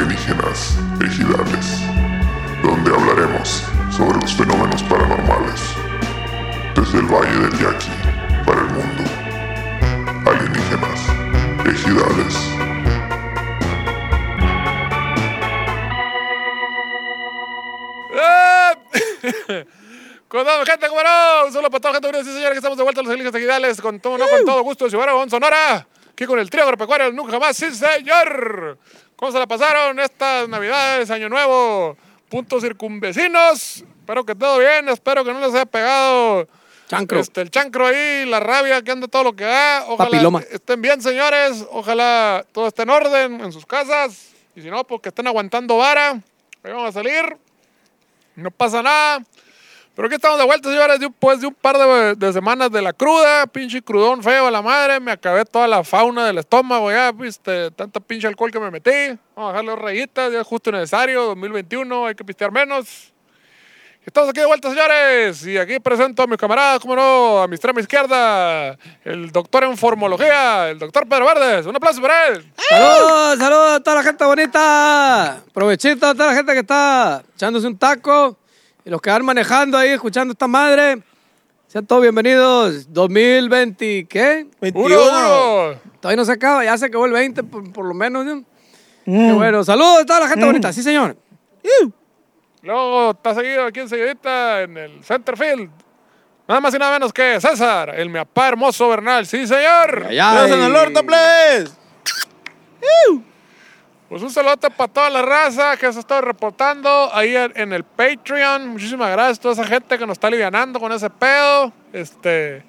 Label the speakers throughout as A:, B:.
A: Leyendas Ejidales, donde hablaremos sobre los fenómenos paranormales desde el Valle del Yaqui para el mundo. Alienígenas, ejidales.
B: ¡Eh! Con todo, gente, cómo no. Un saludo para toda la gente, señores y señores, que estamos de vuelta a los Alienígenas Ejidales, con todo, no, con todo gusto, Ciudad Obregón, Sonora, aquí con el trío agropecuario, el nunca jamás, sí, señor. ¿Cómo se la pasaron estas Navidades, Año Nuevo? Puntos circunvecinos, espero que todo bien, espero que no les haya pegado
C: Chancro.
B: este, el chancro ahí, la rabia que anda todo lo que da. Ojalá
C: Papiloma.
B: estén bien, señores. Ojalá todo esté en orden en sus casas. Y si no, pues que estén aguantando vara. Ahí vamos a salir. No pasa nada. Pero aquí estamos de vuelta, señores, después de un par de, de semanas de la cruda, pinche crudón feo a la madre, me acabé toda la fauna del estómago ya, viste, tanta pinche alcohol que me metí, vamos a dejarle dos rayitas, ya es justo y necesario, 2021, hay que pistear menos. Estamos aquí de vuelta, señores. Y aquí presento a mis camaradas, como no, a mi extrema izquierda, el doctor en formología, el doctor Pedro Verdes. Un aplauso para él.
C: Saludos, saludos a toda la gente bonita. Provechito a toda la gente que está echándose un taco. Y los que van manejando ahí, escuchando esta madre. Sean todos bienvenidos. 2020, ¿qué?
B: Uno, uno.
C: Todavía no se acaba, ya se acabó el 20 por, por lo menos. ¿no? Qué bueno. Saludos a toda la gente bonita, sí señor.
B: Luego está seguido aquí enseguidita en el center field. Nada más y nada menos que César, el mi apá hermoso Bernal. Sí, señor.
C: Allá en el orto,
B: Pues un saludo para toda la raza que se está reportando ahí en en el Patreon. Muchísimas gracias a toda esa gente que nos está alivianando con ese pedo. Este,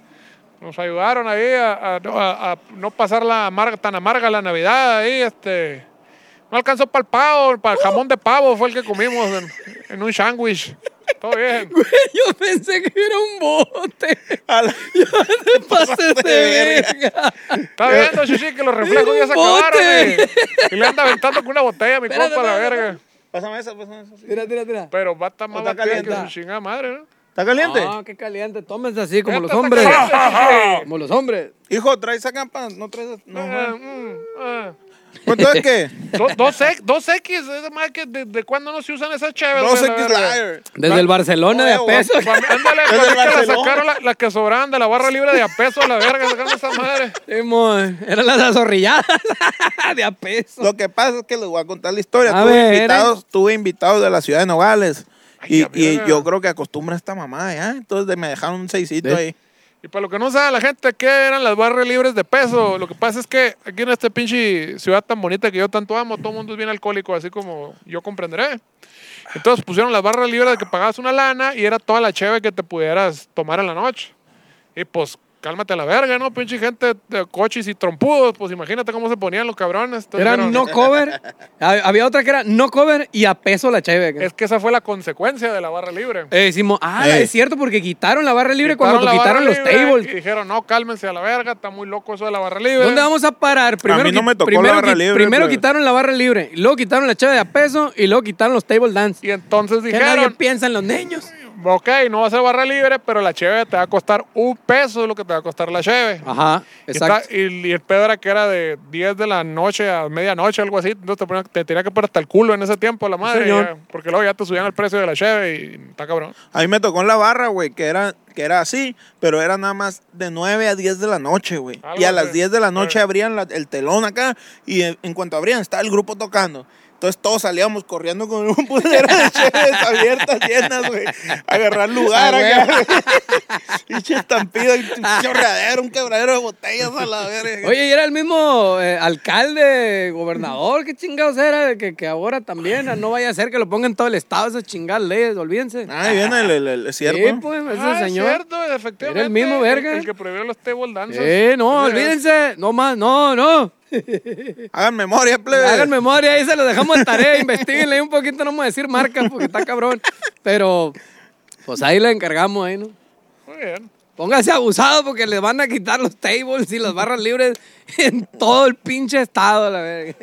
B: nos ayudaron ahí a, a- a- a no pasar la amarga- tan amarga la Navidad ahí. Este, no alcanzó para el pavo, para el
C: Uh.
B: jamón de pavo fue el que comimos en, en un sándwich. Todo bien.
C: Güey, yo pensé que era un bote. Yo te pasé de verga.
B: Está viendo, Chichi, que los reflejos ya se acabaron.
C: Bote.
B: Y, y le anda aventando con una botella a mi
C: Espérate,
B: compa la
C: espérate.
B: verga.
D: Pásame esa, pásame esa. sí.
C: Tira, tira, tira.
B: Pero va a estar más
D: Está
B: batida que su
D: caliente.
B: chingada madre, ¿no?
D: ¿Está caliente?
C: Ah, qué caliente. Tómense así como los
B: Está
C: hombres.
B: caliente, Chichi.
C: Como los hombres.
D: Hijo, trae esa campa. No traes. esa- No,
B: Ah,
D: no.
B: mm, ah.
D: ¿Entonces qué?
B: Do- Dos X, dos X, esa madre que desde cuándo no se usan esas chéveres.
D: No
B: güey,
D: sé
B: la
D: qué es
B: verga.
D: liar.
C: Desde el Barcelona
D: no,
C: de a
D: no,
C: peso.
B: Pa- Ándale,
D: Es
B: pa-
D: del
B: que la
D: Barcelona.
B: sacaron la- las que sobraban de la barra libre de a peso a la verga, sacaron esa madre.
C: Simón, Eran las azorrilladas de a peso.
D: Lo que pasa es que les voy a contar la historia.
C: A
D: tuve,
C: ver,
D: invitados, tuve invitados de la ciudad de Nogales.
B: Ay,
D: y,
B: la
D: y
B: verga.
D: yo creo que acostumbra esta mamá, ¿ya? Entonces de- me dejaron un seisito
C: Ve.
D: ahí.
B: Y para lo que no sabe la gente, ¿qué eran las barras libres de peso? Lo que pasa es que aquí en esta pinche ciudad tan bonita que yo tanto amo, todo el mundo es bien alcohólico, así como yo comprenderé. Entonces pusieron las barras libres de que pagabas una lana y era toda la cheve que te pudieras tomar en la noche. Y pues, cálmate a la verga, ¿no? Pinche gente de coches y trompudos, pues imagínate cómo se ponían los cabrones. Entonces,
C: Eran
B: dijeron,
C: no cover. Ha- Había otra que era no cover y a peso la cheve.
B: Es que esa fue la consecuencia de la barra libre.
C: Eh, Simón, ah,
D: Eh.
C: es cierto, porque quitaron la barra libre cuando
B: la
C: quitaron
B: barra
C: los
B: libre Y
C: tables.
B: dijeron, no, cálmense a la verga, está muy loco eso de la barra libre.
C: ¿Dónde vamos a parar? Primero,
D: no
C: qui-
D: me tocó la
C: primero,
D: barra
C: qui-
D: libre,
C: primero
D: pero-
C: quitaron la barra libre, y luego quitaron la cheve de a peso y luego quitaron los table dance.
B: Y entonces
C: ¿Qué nadie
B: dijeron,
C: piensa en los niños?
B: Ok, no va a ser barra libre, pero la cheve te va a costar un peso lo que te va a costar la cheve.
C: Ajá,
B: Y
C: exacto.
B: está- Y, y el pedo era que era de 10 de la noche a medianoche, algo así. Entonces te, ponía- te tenía que poner hasta el culo en ese tiempo, la madre.
C: señor.
B: ya, porque luego ya te subían el precio de la cheve y está cabrón.
D: A mí me tocó en la barra, güey, que era, que era así, pero era nada más de 9 a 10 de la noche, güey.
B: Algo
D: Y a
B: así.
D: las 10 de la noche
B: Eh.
D: abrían la- el telón acá y en, en cuanto abrían estaba el grupo tocando. Entonces todos salíamos corriendo con un putero de cheves abiertas, llenas, güey. a Agarrar lugar
C: Ah,
D: acá, güey. Y estampida, un chorreadero, un quebradero de botellas a la verga.
C: Oye, y era el mismo eh, alcalde, gobernador, qué chingados era, que, que ahora también, ah, no vaya a ser que lo pongan en todo el estado esas chingadas leyes, olvídense.
D: Ahí viene el, el, el-
C: sí,
D: Ah, cierto.
C: pues, ese
B: Ah, es
C: señor.
B: cierto, efectivamente.
C: Era el mismo verga.
B: El, que prohibió los table dances.
C: Sí, no, olvídense, no más, no, no.
D: Hagan memoria, plebe.
C: Hagan memoria, ahí se lo dejamos de tarea, investiguenle un poquito, no vamos a decir marcas porque está cabrón. Pero, pues ahí le encargamos, ahí, ¿no?
B: Muy bien.
C: Póngase abusado porque les van a quitar los tables y las barras libres en todo el pinche estado, la verga.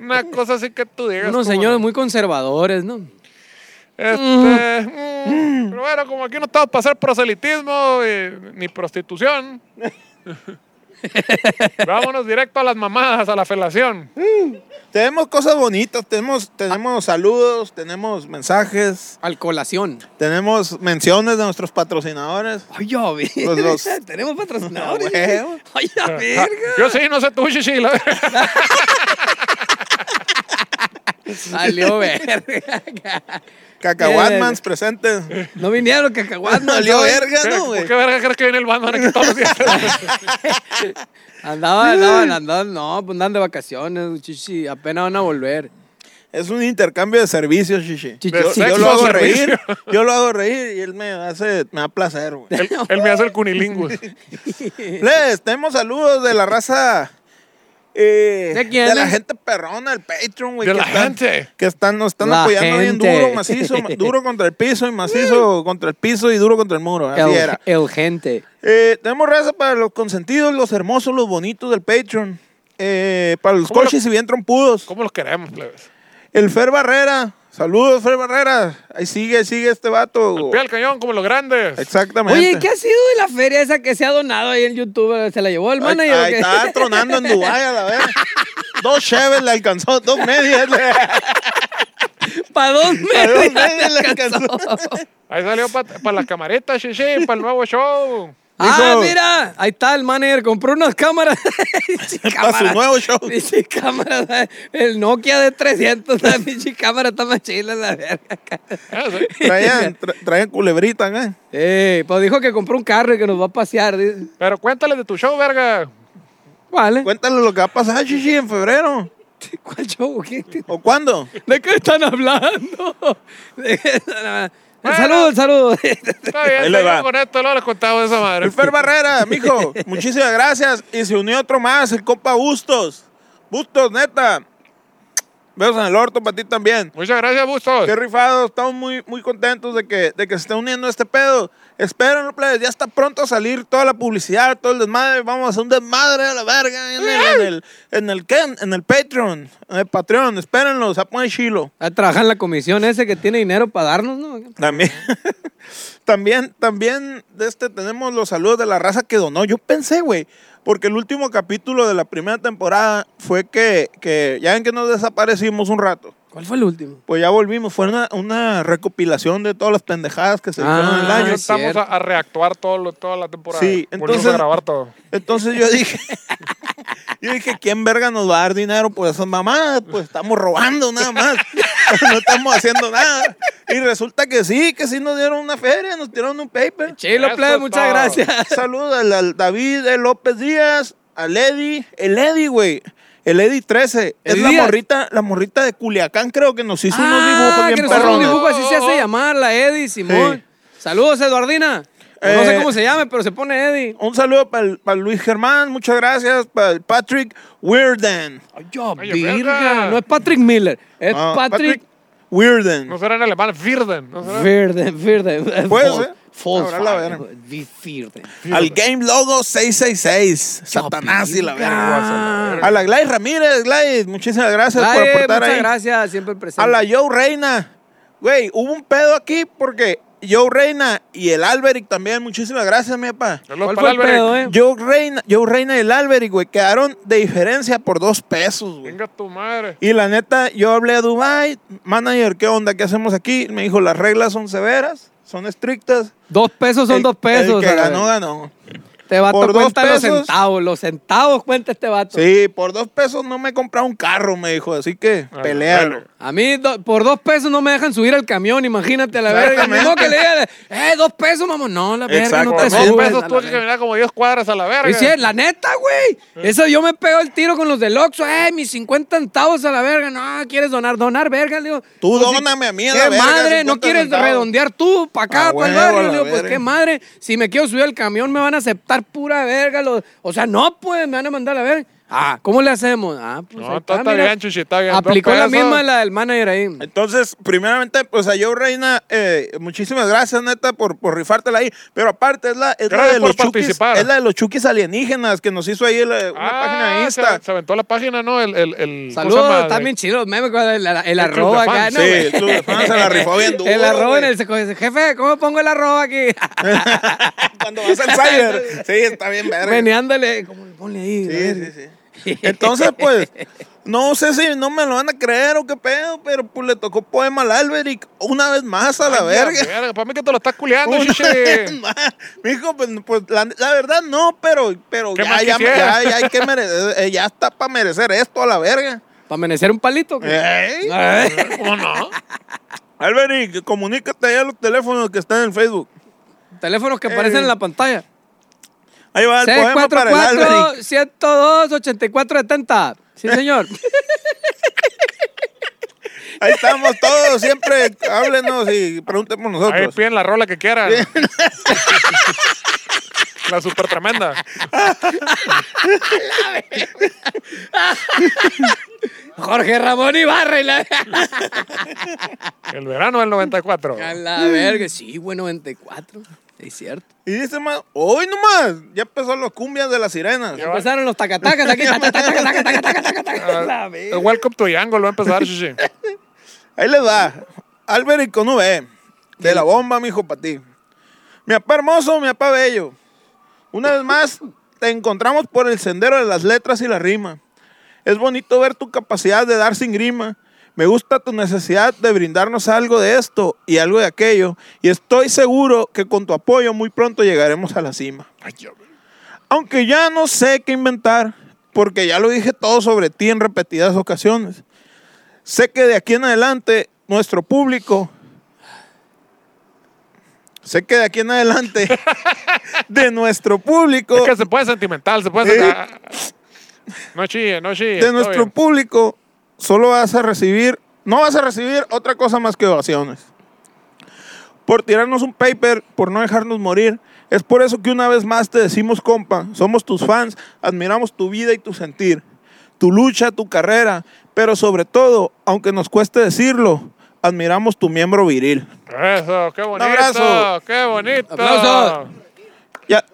B: Una cosa así que tú digas.
C: Unos
B: como-
C: señores muy conservadores, ¿no?
B: Este, mm, Pero bueno, como aquí no estamos para hacer proselitismo eh, ni prostitución. Vámonos directo a las mamadas, a la felación.
D: Tenemos cosas bonitas, tenemos, tenemos saludos, tenemos mensajes,
C: Alcoholación.
D: tenemos menciones de nuestros patrocinadores.
C: Ay, ya, ver-
D: Los dos.
C: Tenemos patrocinadores.
D: Ah, huevo.
C: Ay, ya, verga.
B: Ah, Yo sí, no sé tú, chichi. la-
C: Salió verga.
D: Cacahuatmans presentes.
C: No vinieron cacahuates.
D: Salió
C: ¿no? eh.
D: verga, ¿no,
B: ¿Por
D: güey?
B: qué verga crees que viene el Batman aquí todos los días?
C: Andaban, andaban, andaban. No, pues andan de vacaciones, chichi. Apenas van a volver.
D: Es un intercambio de servicios, Shishi.
C: Chichi.
D: Yo,
C: De
D: yo
B: sexo
D: lo
B: a
D: hago
B: servicio.
D: reír, yo lo hago reír y él me hace, me da placer, güey.
B: Él, él me hace el cunilingüe.
D: Les, tenemos saludos de la raza. eh,
C: ¿De quién,
D: la
C: eh?
D: gente perrona, el Patreon, güey.
B: De
D: que
B: la
D: están-
B: gente.
D: Que están, nos están
C: La
D: apoyando
C: gente.
D: bien duro, macizo, ma- duro contra el piso y macizo contra el piso y duro contra el muro. Así
C: El,
D: Ah, era.
C: el gente.
D: Eh, tenemos raza para los consentidos, los hermosos, los bonitos del Patreon. Eh, para los
B: ¿Cómo lo-
D: coches y bien trompudos.
B: ¿Cómo los queremos, plebes?
D: El Fer Barrera. Saludos, Fer Barrera. Ahí sigue, sigue este vato.
B: Pie al cañón, como los grandes.
D: Exactamente.
C: Oye, ¿qué ha sido de la feria esa que se ha donado ahí el youtuber? ¿Se la llevó el
D: Ahí-
C: manager? o
D: ahí
C: qué?
D: está tronando en Dubái a la vez. Dos cheves le alcanzó, dos medias le,
C: ¿Para
D: a dos
C: dónde?
D: medias le alcanzó.
B: Ahí salió para las camaritas, chichi, para el nuevo show.
C: Ah,
D: Dijo-
C: mira, ahí está el manager, compró unas cámaras.
D: Para su nuevo show.
C: Dice cámara, el Nokia de 300, la pinche cámara está más chila la verga.
B: Ah, sí.
D: Traían, tra- traían culebrita acá.
C: Eh, pues dijo que compró un carro y que nos va a pasear. dice.
B: Pero cuéntales de tu show, verga.
C: Vale.
D: Cuéntale lo que va a pasar, Chichi, en febrero.
C: ¿Cuál show? ¿Qué- qué-
D: ¿O cuándo?
C: ¿De qué están hablando? ¿De qué están hablando?
B: Bueno.
C: Saludos, saludos.
B: Está bien,
D: Ahí le
B: seguimos
D: va.
B: con esto, luego les contamos esa madre.
D: El Fer Barrera, mijo, muchísimas gracias. Y se unió otro más, el compa Bustos. Bustos, neta. Veos en el orto para ti también.
B: Muchas gracias, Bustos.
D: Qué rifado, estamos muy, muy contentos de que, de que se esté uniendo este pedo. Espérenlo, plebes, ya está pronto a salir toda la publicidad, todo el desmadre. Vamos a hacer un desmadre a la verga en el, en el, en el, ¿qué? En el Patreon, en el Patreon. Espérenlo, se pone chilo.
C: A trabajar en la comisión ese que tiene dinero para darnos, ¿no?
D: También, también, también de este tenemos los saludos de la raza que donó. Yo pensé, güey, porque el último capítulo de la primera temporada fue que, que ya ven que nos desaparecimos un rato.
C: ¿Cuál fue el último?
D: Pues ya volvimos, fue una, una recopilación de todas las pendejadas que se hicieron
C: Ah,
D: en el
B: Ah,
D: año.
C: es
B: estamos
C: cierto.
B: a, a reactuar todo lo- toda la temporada.
D: Sí,
B: Volvimos
D: entonces-
B: a grabar todo.
D: Entonces yo dije, yo dije, ¿quién verga nos va a dar dinero por esas mamadas? Pues estamos robando nada más, no estamos haciendo nada. Y resulta que sí, que sí nos dieron una feria, nos dieron un paper.
C: Chilo,
B: Eso
C: plebe,
B: es
C: muchas
B: todo.
C: gracias.
D: Saludos al, al David el López Díaz, al Eddie, el Eddie, güey. El Eddie 13, es
C: Eddie
D: la
C: Díaz.
D: morrita, la morrita de Culiacán, creo que nos hizo
C: Ah,
D: unos dibujos
C: que
D: bien
C: nos hizo un
D: perrones.
C: dibujo, así se
B: Oh, oh,
C: hace
B: oh.
C: llamar la Eddie Simón. Saludos, Eduardina. No
D: Eh,
C: sé cómo se llame, pero se pone Eddie.
D: Un saludo para Luis Germán, muchas gracias, para el Patrick Weirden.
C: Ay, yo,
B: Oye,
C: virga.
B: verga.
C: No es Patrick Miller, es
D: Ah,
C: Eh, Patrick,
D: Weirden.
B: No será en alemán, Virden. ¿no será?
C: Verde, Verde.
D: Puede
C: Vol-
D: ser.
C: Volkswagen,
D: Pues, eh. Habrá la verga.
C: güey, vi- Verde.
D: Al Game Logo 666. Satanás y la
C: verga.
D: verga. A la Gladys Ramírez, Gladys, muchísimas gracias por
C: Ay,
D: aportar
C: muchas
D: ahí.
C: gracias, siempre presente.
D: A la Joe Reina. Güey, hubo un pedo aquí porque Joe Reina y el Alberic también, muchísimas gracias, mi papá.
B: Saludos
C: ¿Cuál
B: para
C: fue el
B: Alberic.
C: pedo, eh?
D: Joe Reina, Joe Reina y el Alberic, güey, quedaron de diferencia por dos pesos, güey.
B: Venga tu madre.
D: eh? Y la neta, yo hablé a Dubai, manager, ¿qué onda? ¿Qué hacemos aquí? Me dijo, las reglas son severas, son estrictas.
C: Dos pesos son
D: El-
C: dos pesos.
D: El que
C: a la
D: ganó,
C: verga.
D: ganó.
C: Este vato
D: por dos
C: cuenta los
D: pesos.
C: centavos. Los centavos cuenta este vato.
D: Sí, por dos pesos no me he comprado un carro, me dijo, así que
B: Ah,
D: pelealo.
B: bueno.
C: A mí, do- por dos pesos no me dejan subir al camión, imagínate a la verga.
D: Exactamente.
C: No que le diga, eh, dos pesos, mamón. No, la verga,
D: Exacto.
C: no
B: Por
C: te
B: dos
D: Pues
C: subes.
B: pesos
C: a
B: tuve que
C: la verga.
B: caminar como 10 cuadras a la verga.
C: Y sí, la neta, güey. Eso yo me pego el tiro con los del Oxxo. Eh, mis 50 centavos a la verga. No, ¿quieres donar? Donar, verga. Le digo,
D: Tú
C: pues, sí,
D: dóname a mí a
C: ¿Qué
D: la verga,
C: madre? ¿No
D: 50
C: quieres
D: centavos?
C: redondear tú para acá,
D: Ah,
C: para el
D: huevo, a
C: barrio?
D: la
C: Le digo, pues
D: verga.
C: qué madre. Si me quiero subir al camión, me van a aceptar pura verga. los- O sea, no, pues, me van a mandar a la verga. Ah, ¿cómo le hacemos? Ah, pues.
B: No,
C: ahí
B: está, está
C: mira.
B: bien, Chuchi, está bien. Dos
C: Aplicó la
B: pesos.
C: misma la del manager ahí.
D: Entonces, primeramente, pues a Joe Reina, eh, muchísimas gracias, neta, por, por rifártela ahí. Pero aparte, es la, es la
B: Gracias
D: de
B: por
D: los chukis,
B: participar.
D: es la de los chukis alienígenas que nos hizo ahí la- una
B: Ah,
D: página de
B: se-
D: Insta.
B: Se, aventó la página, ¿no? El, el, el
C: Saludos, también chidos, meme con el, el, el
B: club de
C: arroba acá,
B: fans,
C: ¿no?
D: sí,
C: güey?
D: el club de fans se la rifó bien duro,
C: El arroba en
D: güey.
C: el seco- jefe, ¿cómo pongo el arroba aquí?
D: Cuando vas al cyber. sí, está bien verga.
C: Meneándole. como- ponle ahí. a
D: Sí,
C: ver.
D: sí, sí. Entonces, pues, no sé si no me lo van a creer o qué pedo, pero pues le tocó poema al Alberic una vez más a la verga.
B: Para mí que te lo estás culeando,
D: Una vez
B: chiche.
D: más. Mijo, pues, pues, la, la verdad no, pero, pero
B: ¿Qué
D: ya,
B: más
D: ya,
B: quisiera?
D: ya, ya hay que merecer, eh, ya está para merecer esto a la verga.
C: ¿Para menecer un palito? qué?
D: Eh. Ey.
C: Ay.
B: ¿Cómo no?
D: Alberic, comunícate ahí a los teléfonos que están en Facebook.
C: Teléfonos que aparecen
D: Eh.
C: en la pantalla.
D: Ahí va el poema para el Alberic.
C: 644-102-8470. Sí, señor.
D: Ahí estamos todos, siempre háblenos y pregunten por
B: Ahí
D: nosotros.
B: piden la rola que quieran. La super tremenda.
C: Jorge Ramón Ibarra y la...
B: El verano del 94.
C: A la verga. Sí, güey, 94. Es cierto.
D: Y dice más, hoy nomás, ya empezó las cumbias de las sirenas.
B: Ya
C: Empezaron los tacatacas aquí. taca, taca, taca, taca, taca, taca, taca, taca. La
B: Ah,
C: verga.
B: Welcome to Yango, lo va a empezar, chiche.
D: Ahí les va. Alberic con V. De la bomba, mijo, para ti. Mi apá hermoso, mi apá bello. Una vez más, te encontramos por el sendero de las letras y la rima. Es bonito ver tu capacidad de dar sin grima. Me gusta tu necesidad de brindarnos algo de esto y algo de aquello. Y estoy seguro que con tu apoyo muy pronto llegaremos a la cima.
B: Ay, ya, güey.
D: Aunque ya no sé qué inventar, porque ya lo dije todo sobre ti en repetidas ocasiones. Sé que de aquí en adelante nuestro público... Sé que de aquí en adelante de nuestro público,
B: Es que se puede sentimental, se puede.
D: Eh.
B: sentimental. No chille, no chille.
D: de
B: todo
D: nuestro
B: bien.
D: público solo vas a recibir, no vas a recibir otra cosa más que ovaciones. Por tirarnos un paper, por no dejarnos morir, es por eso que una vez más te decimos compa, somos tus fans, admiramos tu vida y tu sentir, tu lucha, tu carrera, pero sobre todo, aunque nos cueste decirlo, admiramos tu miembro viril.
B: Eso, qué bonito.
D: abrazo.
B: Qué bonito.
C: Aplausos.
D: Ya,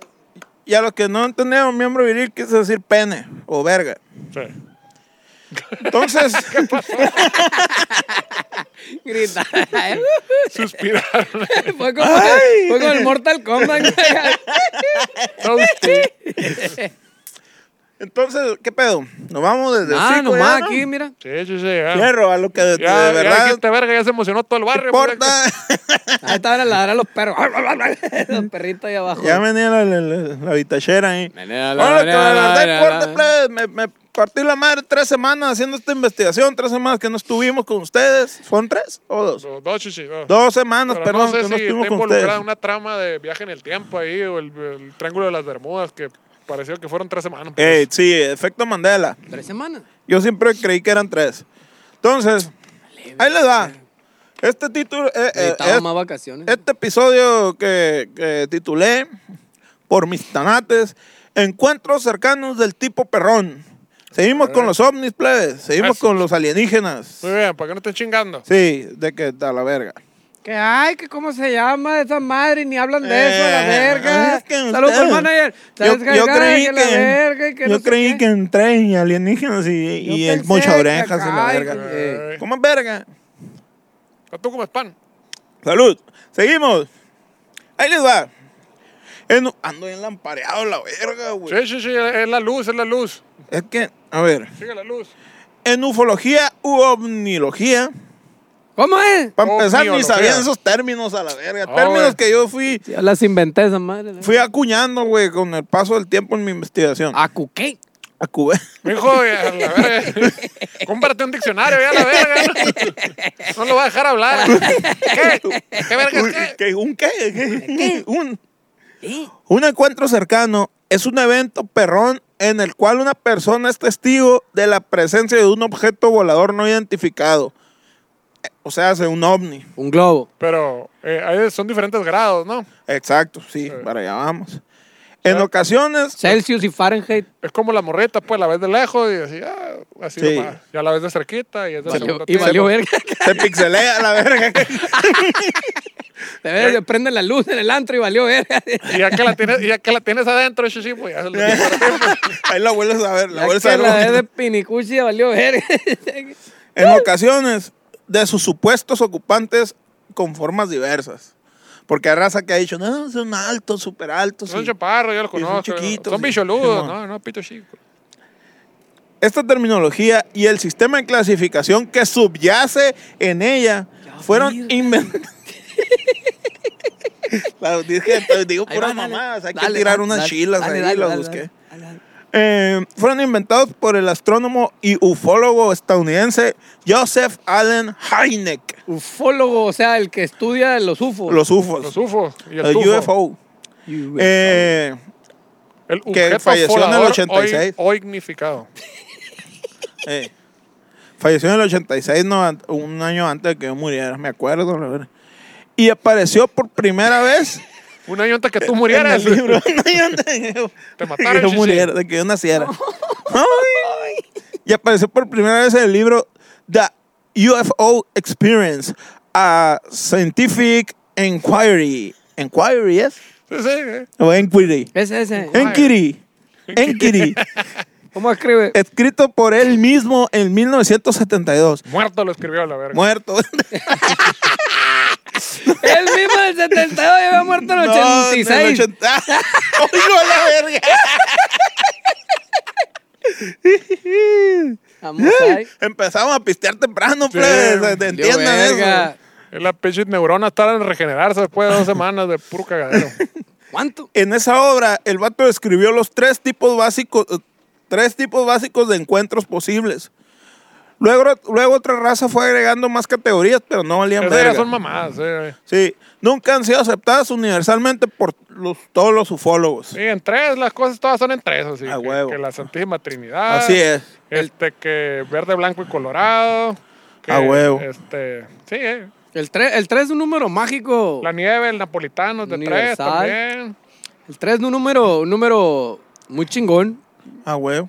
D: ya los que no entendieron miembro viril quise decir pene o verga.
B: Sí.
D: Entonces,
C: Grita.
B: Suspiraron.
C: Fue como, fue como el Mortal Kombat. güey.
B: sí,
D: entonces, ¿qué pedo? Nos vamos desde
C: Ah,
D: cinco ya,
C: nomás
D: ¿no?
C: aquí, mira.
B: sí, sí. Ya,
D: Fierro, a lo que de,
B: Ah. ya,
D: de
B: ya
D: verdad
B: dijiste verga, ya se emocionó todo el barrio. pues,
D: importa.
C: Ahí estaban a ladrar los perros. Los perritos ahí abajo.
D: ya venía la, la, la, la vitachera ahí.
C: Venía la-
D: Ahora que de
C: venía la-
D: verdad
C: venía
D: importa,
C: la-
D: plebes, me, me partí la madre tres semanas haciendo esta investigación, tres semanas que no estuvimos con ustedes. ¿Fueron tres o dos?
B: Dos, dos, chichi, dos.
D: Dos semanas,
B: Pero
D: perdón,
B: no sé
D: que no
B: si
D: estuvimos
B: está
D: con ustedes.
B: involucrada una trama de viaje en el tiempo ahí o el, el Triángulo de las Bermudas que pareció que fueron tres semanas. pues.
D: Ey, sí, efecto Mandela.
C: Tres semanas.
D: Yo siempre creí que eran tres. Entonces, ahí les va. Este título, eh, eh,
C: Necesitaba
D: es-
C: más vacaciones.
D: Este episodio que, que titulé Por mis tanates, Encuentros cercanos del tipo perrón. Seguimos con los ovnis, plebes. Seguimos
B: Gracias.
D: con los alienígenas.
B: Muy bien, para que no estén chingando.
D: Sí, de que da la verga.
C: Que ay, que cómo se llama esa madre, y ni hablan de eso, la
D: Eh,
C: verga.
D: es que
C: Saludos al
D: ustedes-
C: manager.
D: Yo,
C: ¿Sabes qué?
D: yo
C: Ay,
D: creí que,
C: la verga y que
D: yo
C: no sé
D: creí
C: qué.
D: que entré en alienígenas y, y
C: Yo
D: el
C: pensé
D: mocha
C: que
D: orejas y la
C: acá,
D: verga.
C: eh.
B: Ay.
D: ¿Cómo verga?
B: ¿Tú comes pan?
D: Salud. Seguimos. Ahí les va. En- ando bien lampareado la verga, güey.
B: Sí, sí, sí, es la luz, es la luz.
D: Es que, a ver.
B: Sigue la luz.
D: en ufología u ovnilogía.
C: ¿Cómo es?
D: Para empezar, ni
B: Ovniología.
D: sabían esos términos a la verga.
B: Ah,
D: términos
B: güey.
D: que yo fui,
C: Yo las inventé esa madre. la-
D: fui acuñando, güey, con el paso del tiempo en mi investigación.
C: ¿A cuqué?
D: Acu-
B: Hijo, ya, la verga. Cómprate un diccionario, ya la verga. No lo va a dejar hablar. ¿Qué? ¿Qué verga
D: Uy,
B: es qué?
D: ¿qué? ¿Un qué? ¿Qué? Un, un encuentro cercano es un evento perrón en el cual una persona es testigo de la presencia de un objeto volador no identificado. Eh, O sea, hace un ovni.
C: Un globo.
B: Pero eh, ahí son diferentes grados, ¿no?
D: Exacto, sí, para allá vamos. En ocasiones,
C: Celsius y Fahrenheit.
B: Es como la morrita, pues la ves de lejos y así, ah, así
D: Sí.
B: nomás. Ya la ves de cerquita y es de
C: Valió-
B: segunda
C: y
B: tía.
C: valió verga.
D: se pixelea la verga.
C: De
D: Eh.
C: verga, prenden la luz en el antro y valió verga.
B: Y ya que la tienes, y ya que la tienes adentro, sí, sí, pues ya se lo
D: Pues, Ahí la vuelves a ver, la
C: La,
D: vuelves a
C: que la
D: ver.
C: de Pinicuchi valió verga.
D: En ocasiones, de sus supuestos ocupantes con formas diversas. Porque hay raza que ha dicho, no, son altos, súper altos.
B: Son
D: y-
B: chaparros, yo los
D: y son
B: conozco.
D: chiquitos,
B: Son
D: sí.
B: bicholudos,
D: Simón.
B: no, no, pito pues, chico.
D: Esta terminología y el sistema de clasificación que subyace en ella fueron
C: mierda.
D: inventados. pues, digo
C: Ahora
D: puras mamadas, hay que tirar unas chilas ahí, las busqué.
C: dale.
D: Eh, fueron inventados por el astrónomo y ufólogo estadounidense Joseph Allen Hynek.
C: Ufólogo, o sea, el que estudia los UFOs.
D: Los UFOs.
B: Los UFOs y el
D: el
B: tufo.
D: UFO.
C: UFOs.
D: Eh,
B: El
D: que
B: objeto
D: falleció en el
B: volador
D: 86.
B: hoy- Oignificado.
D: eh, falleció en el 86, no- un año antes de que yo muriera, me acuerdo. la verdad. Y apareció por primera vez
B: Un año antes que tú
D: en
B: murieras.
D: el libro. Un año antes de que yo-
B: Te mataron,
D: que yo
B: chichi.
D: muriera, de que yo naciera. Ay. y apareció por primera vez en el libro The UFO Experience, a Scientific Inquiry. Inquiry, ¿es?
B: Sí, sí, eh.
D: O Inquiry.
C: ese, ese.
D: Inquiry. Inquiry.
C: ¿Cómo escribe?
D: Escrito por él mismo en 1972.
B: Muerto lo escribió a la verga.
D: Muerto.
C: Él mismo del 72 y había muerto en el
D: No, en el
C: 86.
D: 80. Oigo a la verga.
C: Vamos ahí.
D: Empezamos a pistear temprano,
B: Sí.
D: plebes.
C: Valió
D: Entiendan
C: verga.
D: eso.
B: Las pinches neuronas tardan en regenerarse después de dos semanas de puro cagadero.
C: ¿Cuánto?
D: en esa obra, el vato describió los tres tipos básicos, eh, tres tipos básicos de encuentros posibles. Luego, luego otra raza fue agregando más categorías, pero no valían
B: Esas
D: verga.
B: ya son mamadas. eh.
D: Sí, nunca han sido aceptadas universalmente por los- todos los ufólogos.
B: Sí, en tres, las cosas todas son en tres. Así,
D: A
B: que,
D: Ah, huevo.
B: que la Santísima Trinidad.
D: Así es.
B: Este, que verde, blanco y colorado. que,
D: A Ah, huevo.
B: Este, sí, eh.
C: El 3, el tres es un número mágico.
B: La nieve, el napolitano es de tres
C: Universal.
B: también.
C: El 3 es un número, un número muy chingón.
D: Ah, huevo.